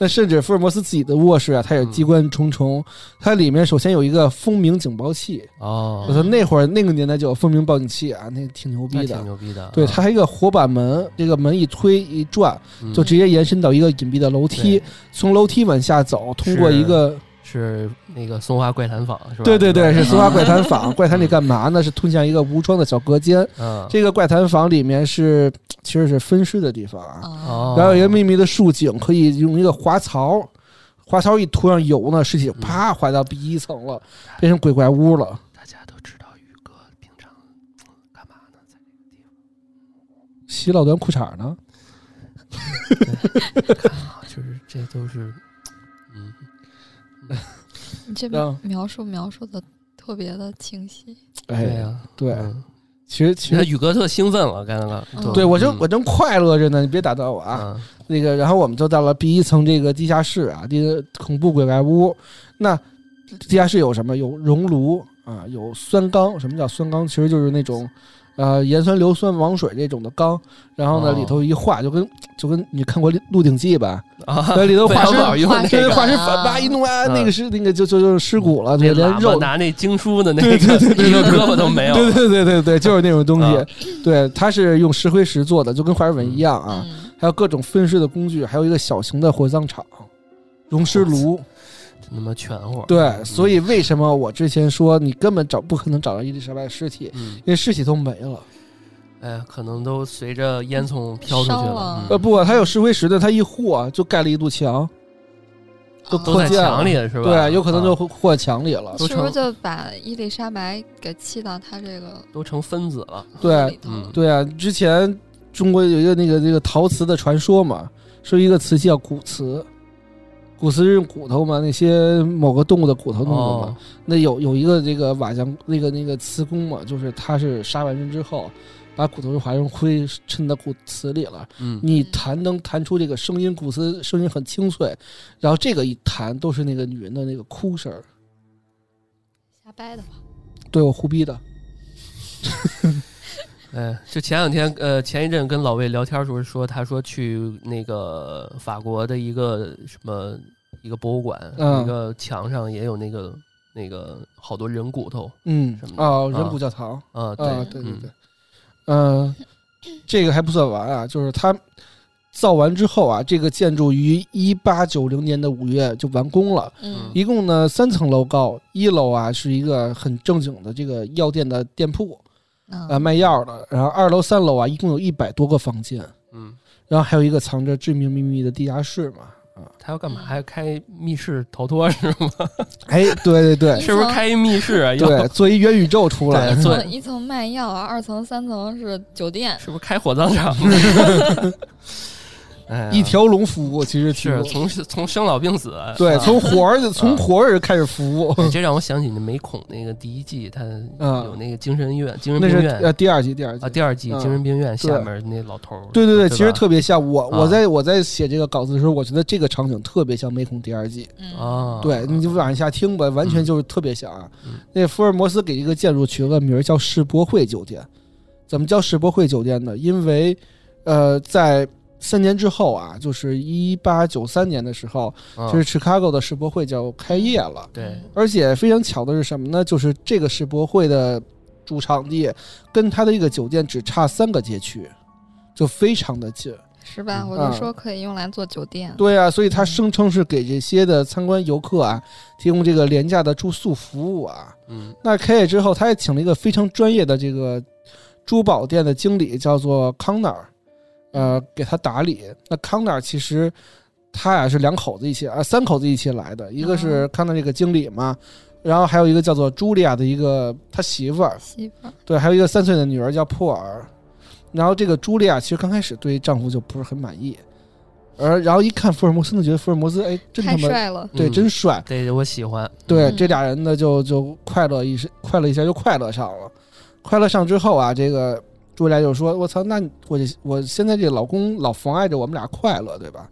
那甚至福尔摩斯自己的卧室啊，它也机关重重。它里面首先有一个蜂鸣警报器，我 哦，说那会儿那个年代就有蜂鸣报警器啊，那挺牛那逼的挺。牛逼的啊。对，它还有一个活板门，这个门一推一转，嗯就直接延伸到一个隐蔽的楼梯对，从楼梯往下走，通过一个，是那个松花怪谈坊是吧？对对对，里是边苏花 怪谈坊。怪谈里干嘛呢？是通向一个无窗的小隔间。嗯，这个怪谈房里面是其实是分尸的地方啊，哦，哦，然后有一个秘密的竖井，可以用一个滑槽，滑槽一涂上油呢，尸体就嗯啪滑到第一层了，变成鬼怪屋了。大家都知道宇哥平常干嘛呢？在洗老端裤衩呢？啊就是这都是嗯，你这让描述描述的特别的清晰。哎对，呀，对，嗯其实其你看实。宇哥特兴奋了，刚刚嗯对我正嗯我正快乐着呢，你别打断我啊！嗯那个，然后我们就到了第一层这个地下室啊，这个恐怖鬼怪屋。那地下室有什么？有熔炉啊，有酸缸。什么叫酸缸？其实就是那种，呃，盐酸、硫酸、王水这种的缸。然后呢，哦里头一画，就跟就跟你看过《鹿鼎记》吧？啊，那里头不画要师，老用画 这对，师个画师啊反吧一弄啊，嗯那个是那个就就就是尸骨了，对，那连喇肉叭拿那经书的那对个，对对对一个对对胳膊都没有。对对对对对，就是那种东啊西。对，它是用石灰石做的，就跟华尔文一样啊。嗯，还有各种分尸的工具，还有一个小型的火葬场、溶尸炉。真他妈全乎。对，所以为什么我之前说你根本找不可能找到伊丽莎白的尸体，嗯，因为尸体都没了。哎，可能都随着烟囱飘出去烧了了。呃，嗯不，它有石灰石的，它一和就盖了一堵墙，都啊都在破建了墙里是吧？对，有可能就啊和和墙里了。都是不是成就把伊丽莎白给气到她这个都成分子了。对里头嗯了对啊，之前中国有一个那个那个陶瓷的传说嘛，说一个瓷器叫骨瓷，骨瓷是用骨头嘛，那些某个动物的骨头弄的嘛。哦，那有有一个这个瓦匠，那个那个瓷工嘛，就是他是杀完人之后，把骨头划成灰，抻到骨瓷里了。嗯，你弹能弹出这个声音，骨瓷声音很清脆，然后这个一弹都是那个女人的那个哭声儿。瞎掰的吧？对我胡逼的，哎，就前两天，呃，前一阵跟老魏聊天的时候说，他说去那个法国的一个什么一个博物馆，嗯一个墙上也有那个那个好多人骨头嗯什么的啊，人啊骨教堂啊，对，啊，对对嗯对，嗯，这个还不算完啊，就是他造完之后啊，这个建筑于一八九零年的五月就完工了。嗯一共呢三层楼高，一楼啊是一个很正经的这个药店的店铺，呃嗯，卖药的。然后二楼、三楼啊，一共有一百多个房间，嗯，然后还有一个藏着致命秘密的地下室嘛。啊，他要干嘛？还开密室逃脱是吗？哎，对对对 一是不是开一密室啊？要对，，做一元宇宙出来，对是吧做一层卖药啊，二层、三层是酒店，是不是开火葬场？ 哎呀，一条龙服务，其实挺是从从生老病死，对，啊从活儿就从啊活儿开始服务，哎这让我想起那美恐那个第一季，他啊有那个精神医院、精 神那是病院呃第二集，第二集啊，。第二季嗯精神病院对下面那老头儿，对对对，对吧，其实特别像我，啊我在我在写这个稿子的时候，我觉得这个场景特别像《美恐》第二季。嗯，啊，对，你就往下听吧，完全就是特别像啊。嗯那福尔摩斯给这个建筑取了个名儿叫世博会酒店。怎么叫世博会酒店呢？因为，呃，在三年之后啊，就是一八九三年的时候，嗯就是 Chicago 的世博会就开业了。对，嗯而且非常巧的是什么呢？就是这个世博会的主场地跟它的一个酒店只差三个街区，就非常的近。是吧？嗯我啊就说可以用来做酒店，对啊，所以他声称是给这些的参观游客啊提供这个廉价的住宿服务啊。嗯那开业之后，他还请了一个非常专业的这个珠宝店的经理，叫做康纳尔，呃，给他打理。那康纳尔其实他俩是两口子一起啊，三口子一起来的，一个是康纳这个经理嘛，然后还有一个叫做茱莉亚的一个他媳妇儿，媳妇儿，对，还有一个三岁的女儿叫珀尔。然后这个茱莉亚其实刚开始对丈夫就不是很满意，而然后一看福尔摩斯呢，觉得福尔摩斯哎真他太妈帅了，对嗯真帅，对，我喜欢，对，嗯这俩人呢就就快乐一时，快乐一下就快乐上了。快乐上之后啊，这个朱莉娅就说：“我操，那我这我现在这老公老妨碍着我们俩快乐，对吧？”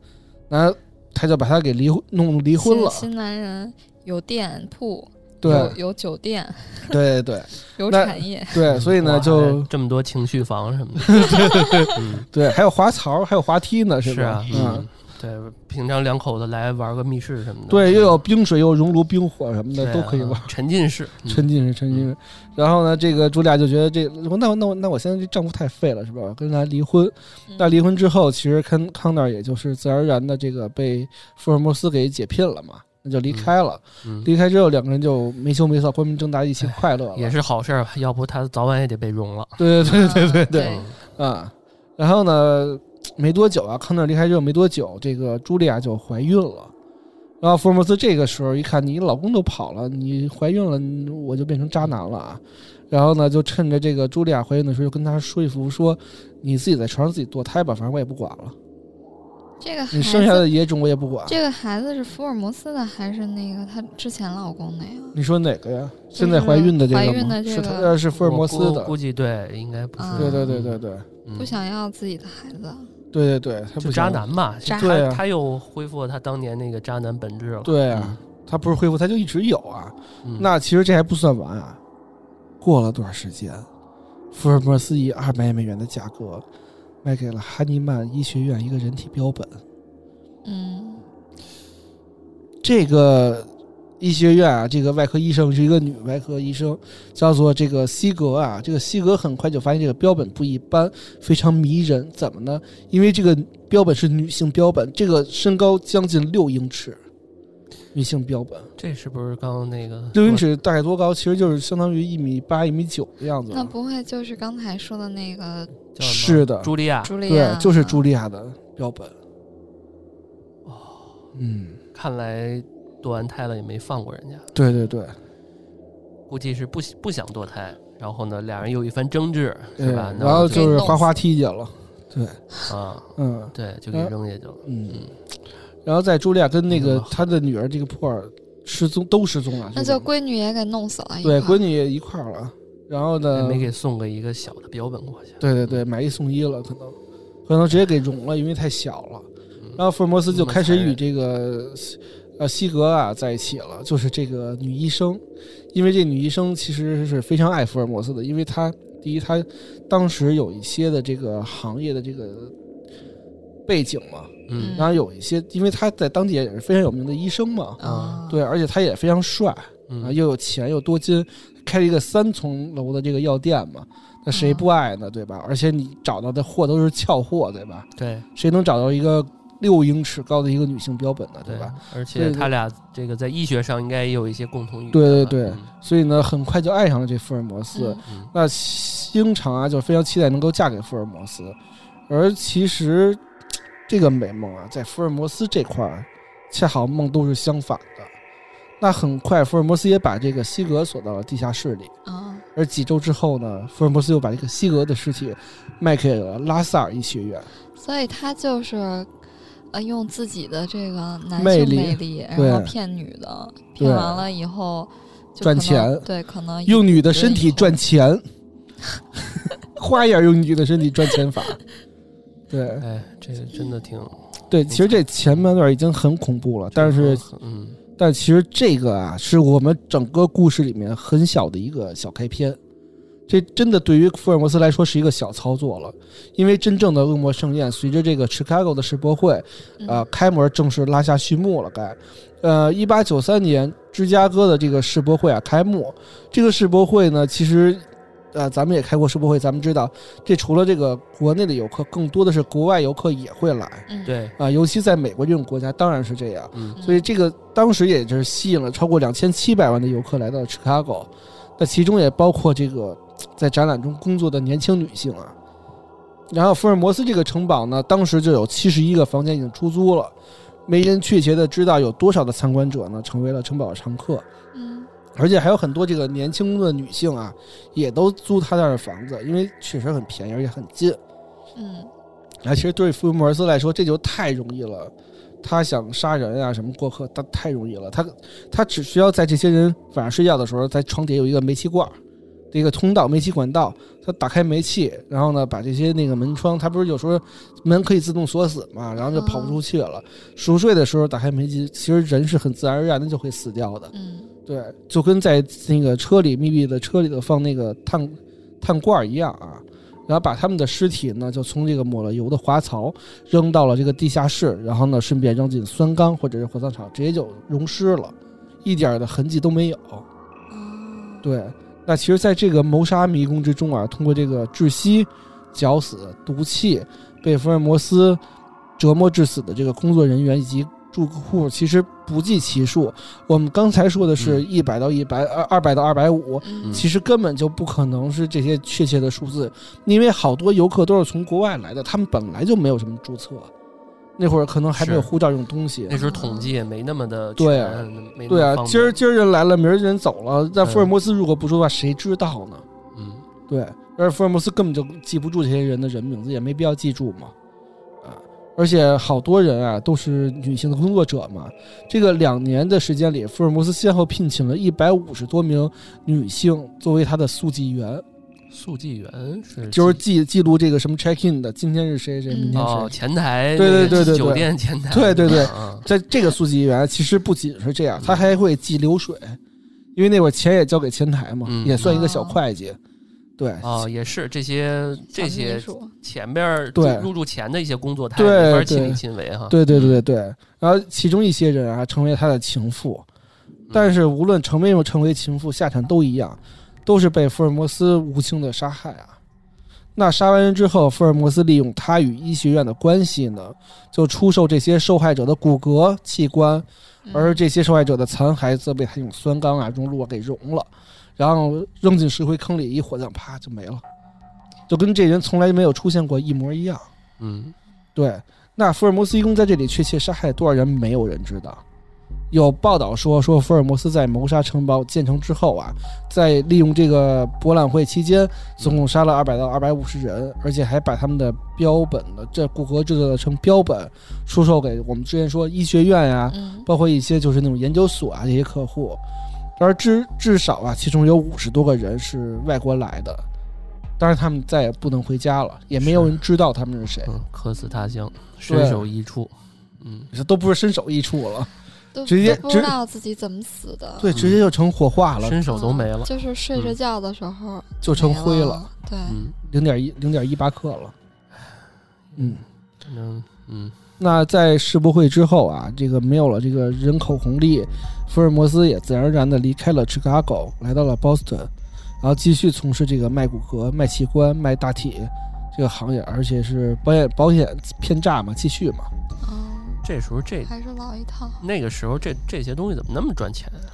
然后他就把他给离婚弄离婚新了。新男人有店铺，对有有酒店，对对对有那 产业，对，所以呢 哇就这么多情绪房什么 的，嗯对，还有滑槽，还有滑梯呢，是吧啊？，嗯嗯，，对，平常两口子来玩个密室什么的，对，又嗯有冰水，又有熔炉、冰火什么的都可以玩。，对啊沉浸式，嗯沉浸式，沉浸式。然后呢，这个朱莉娅就觉得这，我那我那我那我现在这丈夫太废了，是吧？我跟他离婚。嗯那离婚之后，其实康康纳尔也就是自然而然的这个被福尔摩斯给解聘了嘛，那就离开了。嗯哎离开之后，两个人就没羞没臊，光明正大一起快乐了。也是好事儿吧，要不他早晚也得被融了，对对对对对嗯对对，啊、然后呢，没多久啊，康纳尔离开之后没多久，这个茱莉亚就怀孕了。然后福尔摩斯这个时候一看，你老公都跑了，你怀孕了，你我就变成渣男了啊！然后呢，就趁着这个茱莉亚怀孕的时候，就跟她说服说，你自己在床上自己堕胎吧，反正我也不管了，这个孩你生下子，的野种我也不管。这个孩子是福尔摩斯的还是那个她之前老公的嗯呀？你说哪个呀？就是现在怀孕的这个吗？怀孕的这是个他呃是福尔摩斯我估的估。计对，应该不是，对对对对对嗯，啊不想要自己的孩子，对对对，他就不渣行。男嘛，渣他对啊他又恢复了他当年那个渣男本质了，对啊，他不是恢复，他就一直有啊。嗯，嗯那其实这还不算完啊，过了段时间，福尔摩斯以二百美元的价格卖给了哈尼曼医学院一个人体标本。嗯，这个医学院啊，这个外科医生是一个女外科医生，叫做这个西格啊。这个西格很快就发现这个标本不一般，非常迷人。怎么呢？因为这个标本是女性标本，这个身高将近六英尺，女性标本这是不是刚刚那个六英尺大概多高？其实就是相当于一米八、一米九的样子啊。那不会就是刚才说的那个叫什么是的，茱莉亚？茱莉亚对吗？，就是茱莉亚的标本。哦，嗯，看来堕完胎了也没放过人家，对对对，估计是不喜不想堕胎。然后呢，俩人又一番争执，是对吧？嗯然后那就是哗哗踢去了。对，啊，嗯对，就给扔下去了。嗯。然后在茱莉亚跟那个嗯她的女儿这个普洱失踪都失踪了，那这就个闺女也给弄死了一块对儿。闺女也一块儿了。然后也呢，没给送个一个小的标本过去。呃对对对，买一送一了，可能可能直接给融了，因为太小了。嗯然后福尔摩斯就开始那么与残这个呃西格啊在一起了，就是这个女医生，因为这女医生其实是非常爱福尔摩斯的，因为她第一她当时有一些的这个行业的这个背景嘛，嗯然后有一些，因为她在当地也是非常有名的医生嘛，啊，对，而且她也非常帅，啊，嗯，又有钱又多金，开了一个三层楼的这个药店嘛，那嗯谁不爱呢？对吧？而且你找到的货都是俏货，对吧？对谁能找到一个六英尺高的一个女性标本呢？对对吧？？而所且以他俩这个在医学上应该也有一些共同语言吧。对对对嗯所以呢，很快就爱上了这福尔摩斯。嗯嗯那经常啊，就非常期待能够嫁给福尔摩斯。而其实这个美梦啊，在福尔摩斯这块儿，恰好梦都是相反的。那很快，福尔摩斯也把这个西格锁到了地下室里。啊，而几周之后呢，福尔摩斯又把这个西格的尸体卖给了拉萨尔医学院。所以他就是呃用自己的这个男性魅魅力对然后骗女的，对骗完了以后就赚可能钱对，可能用女的身体赚钱，花样用女的身体赚钱法。对哎，这个真的挺，对，其实这前半段已经很恐怖了，但是嗯，但其实这个啊，是我们整个故事里面很小的一个小开篇。这真的对于福尔摩斯来说是一个小操作了，因为真正的恶魔盛宴随着这个 Chicago 的世博会，嗯呃，开门正式拉下序幕了。该，呃，一八九三年芝加哥的这个世博会啊开幕，这个世博会呢，其实，呃，咱们也开过世博会，咱们知道，这除了这个国内的游客，更多的是国外游客也会来啊、嗯，对，尤其在美国这种国家，当然是这样。嗯，所以这个当时也就是吸引了超过两千七百万的游客来到 Chicago，那其中也包括这个在展览中工作的年轻女性啊。然后福尔摩斯这个城堡呢，当时就有七十一个房间已经出租了，没人确切的知道有多少的参观者呢成为了城堡的常客，嗯而且还有很多这个年轻的女性啊，也都租他那儿的房子，因为确实很便宜而且很近。嗯啊，其实对福尔摩斯来说，这就太容易了。他想杀人啊，什么过客，他太容易了。他他只需要在这些人晚上睡觉的时候，在床底下有一个煤气罐儿的一个通道，煤气管道，他打开煤气，然后呢，把这些那个门窗，他不是有时候门可以自动锁死嘛，然后就跑不出去了。熟睡的时候打开煤气，其实人是很自然而然的就会死掉的。嗯对，就跟在那个车里密闭的车里头放那个碳碳罐儿一样啊。然后把他们的尸体呢，就从这个抹了油的滑槽扔到了这个地下室，然后呢，顺便扔进酸缸或者是火葬场，直接就溶尸了，一点儿的痕迹都没有。啊，对，那其实在这个谋杀迷宫之中啊，通过这个窒息、绞死、毒气，被福尔摩斯折磨致死的这个工作人员以及住户，其实不计其数。我们刚才说的嗯是一百到一百、二二百到二百五。嗯其实根本就不可能是这些确切的数字，因为好多游客都是从国外来的，他们本来就没有什么注册，那会儿可能还没有是护照这种东西。那时候统计也没那么的对全没那么对啊方，便今儿今儿人来了，明儿人走了，那嗯福尔摩斯如果不说的话，谁知道呢？嗯，对，而福尔摩斯根本就记不住这些人的人名字，也没必要记住嘛，啊，而且好多人啊都是女性的工作者嘛。这个两年的时间里，福尔摩斯先后聘请了一百五十多名女性作为他的速记员，速记员是就是记记录这个什么 check in 的，今天是谁谁，嗯明天谁哦，谁。前台对对那个对对对酒店前台，对对对啊，在这个速记员其实不仅是这样，他还会记流水，因为那会儿钱也交给前台嘛，嗯也算一个小哦会计。对，哦，也是这些这小些秘书前边儿对入住前的一些工作，他也对没法对亲力亲为哈。啊对对对对，然后其中一些人啊成为他的情妇，但是无论成没有成为情妇，下场都一样，都是被福尔摩斯无情的杀害啊。那杀完人之后，福尔摩斯利用他与医学院的关系呢，就出售这些受害者的骨骼器官，嗯而这些受害者的残骸则被他用酸钢啊、熔炉啊给熔了，然后扔进石灰坑里，一火葬，啪就没了，就跟这人从来没有出现过一模一样。嗯对，那福尔摩斯一共在这里确切杀害了多少人，没有人知道。有报道说，说福尔摩斯在谋杀城堡建成之后啊，在利用这个博览会期间，总共杀了二百到二百五十人，而且还把他们的标本的这骨骼制作成标本，出售给我们之前说医学院呀、嗯包括一些就是那种研究所啊这些客户，而至至少啊，其中有五十多个人是外国来的，当然他们再也不能回家了，也没有人知道他们是谁。嗯，客死他乡，身首异处。嗯，这都不是身首异处了，都直接都不直知道自己怎么死的， 对，直接就成火化了，身手都没了嗯。就是睡着觉的时候就成灰没了，了，对，嗯，零点一零点一八克了。嗯，反正嗯那在世博会之后啊，这个没有了这个人口红利，福尔摩斯也自然而然的离开了芝加哥，来到了 Boston，然后继续从事这个卖骨骼、卖器官、卖大体这个行业，而且是保险保险骗诈嘛，继续嘛。嗯，这时候这还是老一套，那个时候这这些东西怎么那么赚钱啊？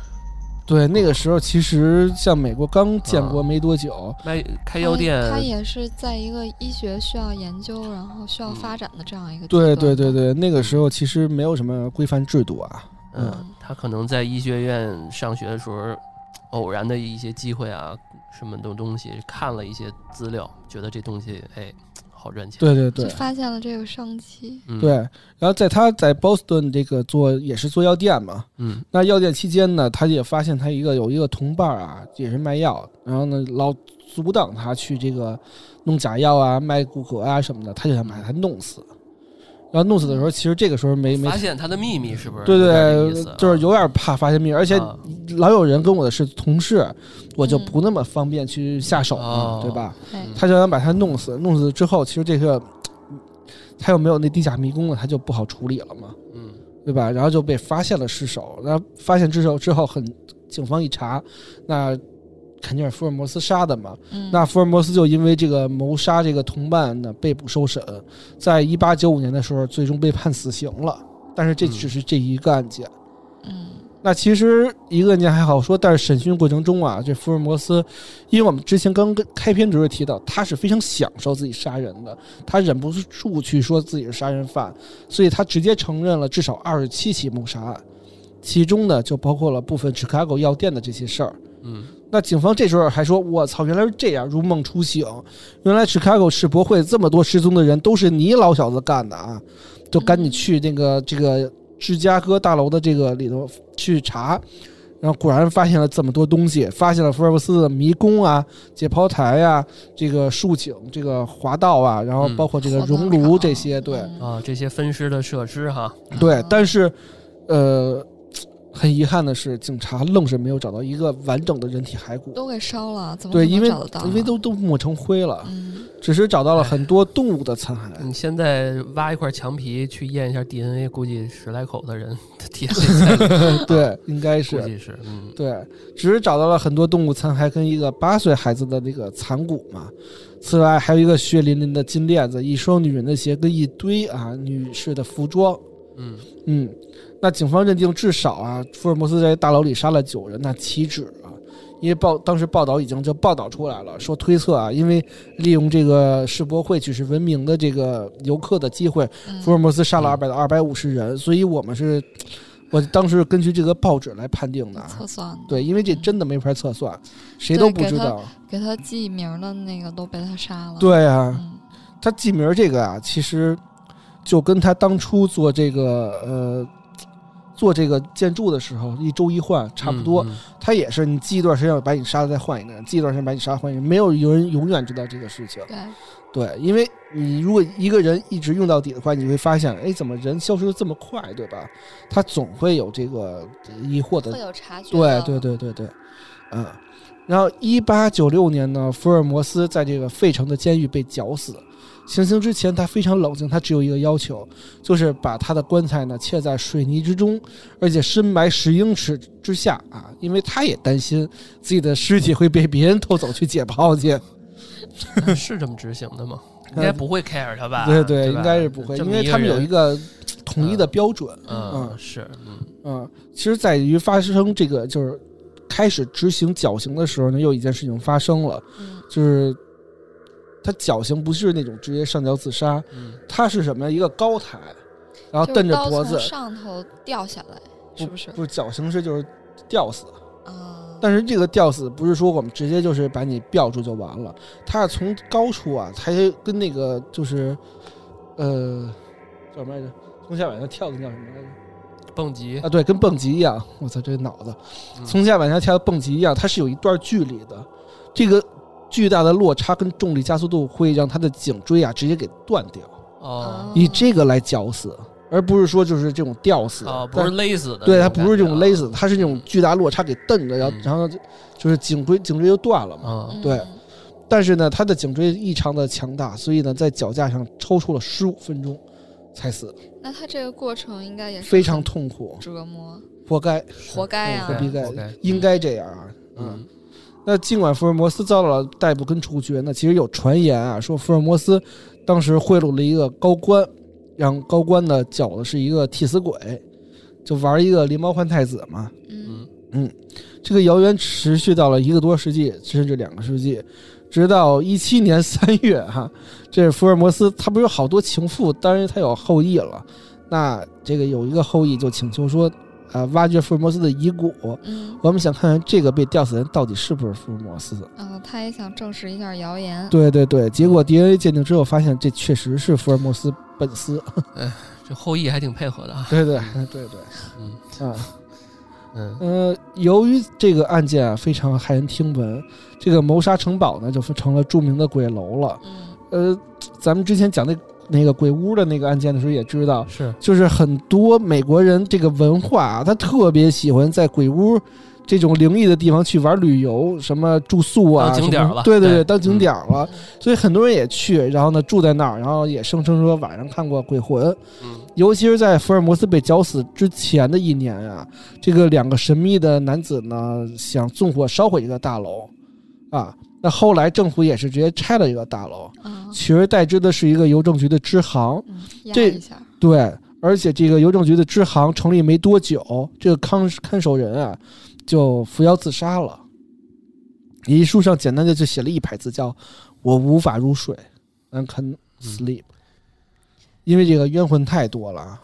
对，那个时候其实像美国刚建国没多久，卖开药店它也是在一个医学需要研究，然后需要发展的这样一个阶对段对对，对，嗯那个时候其实没有什么规范制度啊。嗯，他可能在医学院上学的时候，偶然的一些机会啊，什么的东西看了一些资料，觉得这东西哎好赚钱。对对对就，发现了这个商机，嗯，对，然后在他在 Boston 这个做也是做药店嘛，嗯那药店期间呢，他也发现他一个有一个同伴儿啊，也是卖药，然后呢老阻挡他去这个弄假药啊、卖骨骼啊什么的，他就想把他弄死。然后弄死的时候，其实这个时候没没发现他的秘密是不是？对有点这意对思啊，就是有点怕发现秘密，而且啊老有人跟我的是同事，我就不那么方便去下手嘛哦，对吧？对，他就想把他弄死，弄死之后，其实这个他又没有那地下迷宫了，他就不好处理了嘛。嗯对吧？然后就被发现了失手，然后发现失手之后很，警方一查，那肯定是福尔摩斯杀的嘛。嗯，那福尔摩斯就因为这个谋杀这个同伴呢被捕受审，在一八九五年的时候最终被判死刑了。但是这嗯只是这一个案件。嗯那其实一个案件还好说，但是审讯过程中啊，这福尔摩斯，因为我们之前刚跟开篇时候提到，他是非常享受自己杀人的，他忍不住去说自己是杀人犯，所以他直接承认了至少二十七起谋杀案，其中呢就包括了部分 Chicago 药店的这些事儿。嗯那警方这时候还说：“我操，原来是这样，如梦初醒！原来 Chicago 世博会这么多失踪的人都是你老小子干的啊！”就赶紧去那个这个芝加哥大楼的这个里头去查，然后果然发现了这么多东西，发现了福尔摩斯的迷宫啊、解剖台啊、这个竖井、这个滑道啊，然后嗯包括这个火熔葬炉场这些，对嗯啊，这些分尸的设施哈，对嗯。但是，呃，很遗憾的是，警察愣是没有找到一个完整的人体骸骨。都给烧了，怎么对，可能因为找得到啊？因为都都抹成灰了，嗯只是找到了很多动物的残骸。你现在挖一块墙皮去验一下 DNA，估计十来口的人的 DNA 在里面嗯对，应该 估是计是嗯对，只是找到了很多动物残骸跟一个八岁孩子的那个残骨嘛。此外，还有一个血淋淋的金链子、一双女人的鞋跟一堆啊女士的服装。嗯嗯，那警方认定至少啊，福尔摩斯在大楼里杀了九人，那岂止啊？因为报当时报道已经就报道出来了，说推测啊，因为利用这个世博会举世闻名的这个游客的机会，嗯，福尔摩斯杀了二嗯百到二百五十人，所以我们是，我当时根据这个报纸来判定的啊。测算的，对，因为这真的没法测算，谁都不知道。嗯给他嗯记名的那个都被他杀了，，对啊，嗯他记名这个啊，其实就跟他当初做这个呃做这个建筑的时候一周一换差不多。嗯他也是你记一段时间把你杀了再换一个人，记一段时间把你杀了换一个人，没有人永远知道这个事情。对，对，因为你如果一个人一直用到底的话，你会发现，哎，怎么人消失的这么快，对吧？他总会有这个疑惑的会有察觉对的，对对对对，嗯，然后，一八九六年呢，福尔摩斯在这个费城的监狱被绞死。行刑之前，他非常冷静，他只有一个要求，就是把他的棺材呢嵌在水泥之中，而且深埋十英尺之下啊，因为他也担心自己的尸体会被别人偷走去解剖去。是这么执行 的吗？应该不会 care 他吧？对啊对对，吧，应该是不会，这因么为他们有人一个统一的标准。嗯嗯是嗯嗯，其实在于发生这个就是开始执行绞刑的时候呢，又一件事情发生了，嗯就是他绞刑不是那种直接上吊自杀，嗯他是什么呀？一个高台，然后就是蹬着刀脖从子，上头掉下来，是不是？不是绞刑是就是吊死。啊，但是这个吊死不是说我们直接就是把你吊住就完了，他是从高处啊，他跟那个就是呃叫什么来着？从下往上跳的叫什么来着？蹦极啊，对，跟蹦极一样。我操，这个脑子嗯从下往下跳蹦极一样，它是有一段距离的。这个巨大的落差跟重力加速度会让他的颈椎啊直接给断掉，哦以这个来绞死，而不是说就是这种吊死。哦不但是勒死的，对，它不是这种勒死，它是这种嗯巨大落差给蹬着，然后嗯然后就就是颈椎颈椎就断了嘛。啊嗯对但是呢，他的颈椎异常的强大，所以呢，在脚架上抽搐了十五分钟才死，那他这个过程应该也是非常很痛苦，折磨，活该，活该啊呀、活对逼活该该，应该这样啊。嗯，嗯那尽管福尔摩斯遭到了逮捕跟处决，那其实有传言啊，说福尔摩斯当时贿赂了一个高官，让高官呢搅的是一个替死鬼，就玩一个狸猫换太子嘛。嗯，嗯这个谣言持续到了一个多世纪，甚至两个世纪，直到一七年三月哈、这福尔摩斯他不是有好多情妇，当然他有后裔了，那这个有一个后裔就请求说，呃，挖掘福尔摩斯的遗骨，嗯，我们想看看这个被吊死的人到底是不是福尔摩斯。然后他也想证实一下谣言，对对对，结果 DNA 鉴定之后发现这确实是福尔摩斯本斯。这后羿还挺配合的啊，对对对 对，嗯啊。嗯呃，由于这个案件啊非常骇人听闻，这个谋杀城堡呢就成了著名的鬼楼了。嗯呃，咱们之前讲那那个鬼屋的那个案件的时候也知道，是就是很多美国人这个文化啊，他特别喜欢在鬼屋这种灵异的地方去玩旅游，什么住宿啊，当景点什么了对对对，当景点了。嗯所以很多人也去，然后呢住在那儿，然后也声称说晚上看过鬼魂。嗯尤其是在福尔摩斯被绞死之前的一年啊，这个两个神秘的男子呢想纵火烧毁一个大楼，啊，那后来政府也是直接拆了一个大楼，啊，取而代之的是一个邮政局的支行。嗯压这一下，对，而且这个邮政局的支行成立没多久，这个看看守人啊就扶摇自杀了。遗书上简单的就写了一排字，叫“我无法入睡 i can sleep”，、因为这个冤魂太多了啊。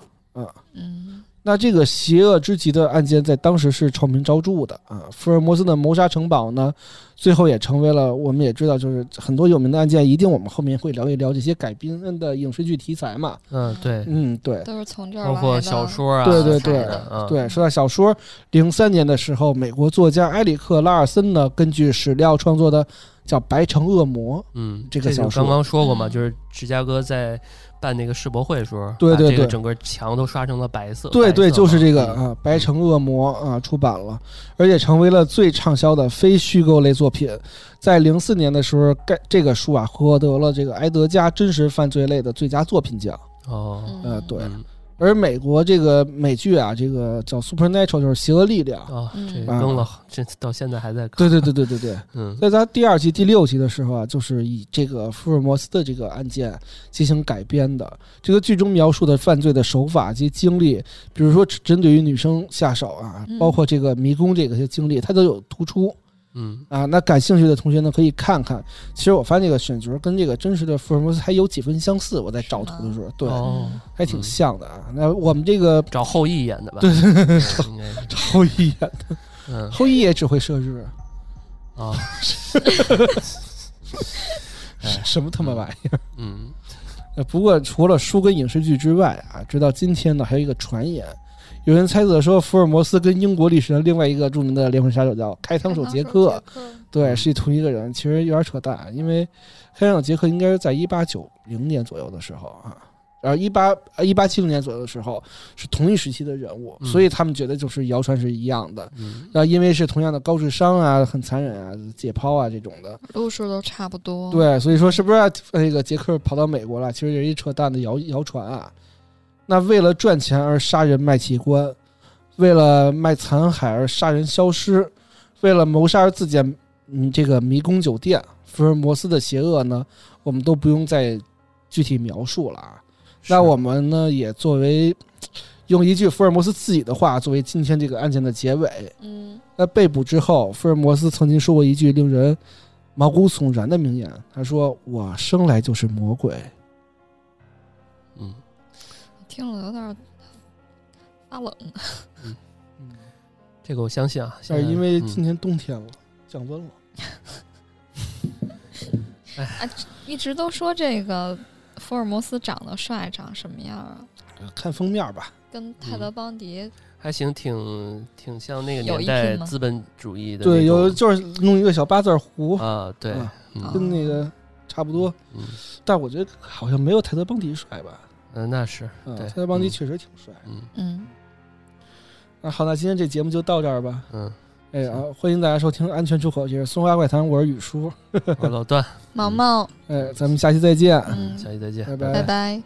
嗯那这个邪恶之极的案件在当时是臭名昭著的啊。福尔摩斯的谋杀城堡呢，最后也成为了我们也知道，就是很多有名的案件，一定我们后面会聊一聊这些改编的影视剧题材嘛。嗯对，嗯，对。都是从这儿包括来的小，说啊，对对什么对的嗯对，说到小说，零三年的时候，美国作家埃里克·拉尔森呢，根据史料创作的叫《白城恶魔嗯，这个就小说刚刚说过嘛，嗯就是芝加哥在办那个世博会的时候，对对把这对个整个墙都刷成了白色。》，对对，白色就是嘛这个嗯啊，《白城恶魔》啊出版了，而且成为了最畅销的非虚构类作品。在零四年的时候，该这个书啊获得了这个埃德加真实犯罪类的最佳作品奖。哦，嗯呃，对，嗯而美国这个美剧啊，这个叫《Supernatural》就是邪恶力量。哦，这嗯更了，这到现在还在看。啊对对对对对对。嗯在他第二季第六集的时候啊，就是以这个福尔摩斯的这个案件进行改编的。这个剧中描述的犯罪的手法及经历，比如说只针对于女生下手啊，嗯包括这个迷宫这个些经历，它都有突出嗯啊。那感兴趣的同学呢，可以看看。其实我发现这个选角跟这个真实的福尔摩斯还有几分相似。我在找图的时候，对，哦，还挺像的啊。那我们这个找后羿演的吧？对对对，应该是 后羿演的，嗯后羿也只会射 日，啊哎什么他妈玩意儿？嗯呃，不过除了书跟影视剧之外啊，直到今天呢，还有一个传言，有人猜测说福尔摩斯跟英国历史上另外一个著名的连环杀手叫开膛手杰克，对，是同一个人，其实有点扯淡，因为开膛手杰克应该是在一八九零年左右的时候啊，然后一八一八七零年左右的时候是同一时期的人物，嗯所以他们觉得就是谣传是一样的。嗯那因为是同样的高智商啊，很残忍啊，解剖啊这种的，路数都差不多。，对，所以说是不是呃那个杰克跑到美国了？其实也是一扯淡的谣谣传啊。那为了赚钱而杀人卖器官，为了卖残骸而杀人消失，为了谋杀而自建嗯这个迷宫酒店，福尔摩斯的邪恶呢，我们都不用再具体描述了啊。那是我们呢也作为用一句福尔摩斯自己的话作为今天这个案件的结尾，嗯，在被捕之后，福尔摩斯曾经说过一句令人毛骨悚然的名言，他说：“我生来就是魔鬼。嗯，听了有点儿发冷。这个我相信啊，”嗯现但在呃是因为嗯今年冬天了，降温了，一直都说这个福尔摩斯长得帅，长什么样啊？嗯看封面吧。跟泰德·邦迪，还行，挺挺像那个有年一代拼吗资本主义的那种。对，有就是弄一个小八字胡，啊，对，啊嗯跟那个差不多，嗯但我觉得好像没有泰德·邦迪帅吧？嗯，那是嗯，对泰德·邦迪嗯确实挺帅。嗯嗯，那好，那今天这节目就到这儿吧。嗯，哎啊，欢迎大家收听《安全出口》，这是《松花怪谈》，我是雨叔。 我老段，毛毛，哎，咱们下期再见，嗯，下期再见，拜拜拜拜。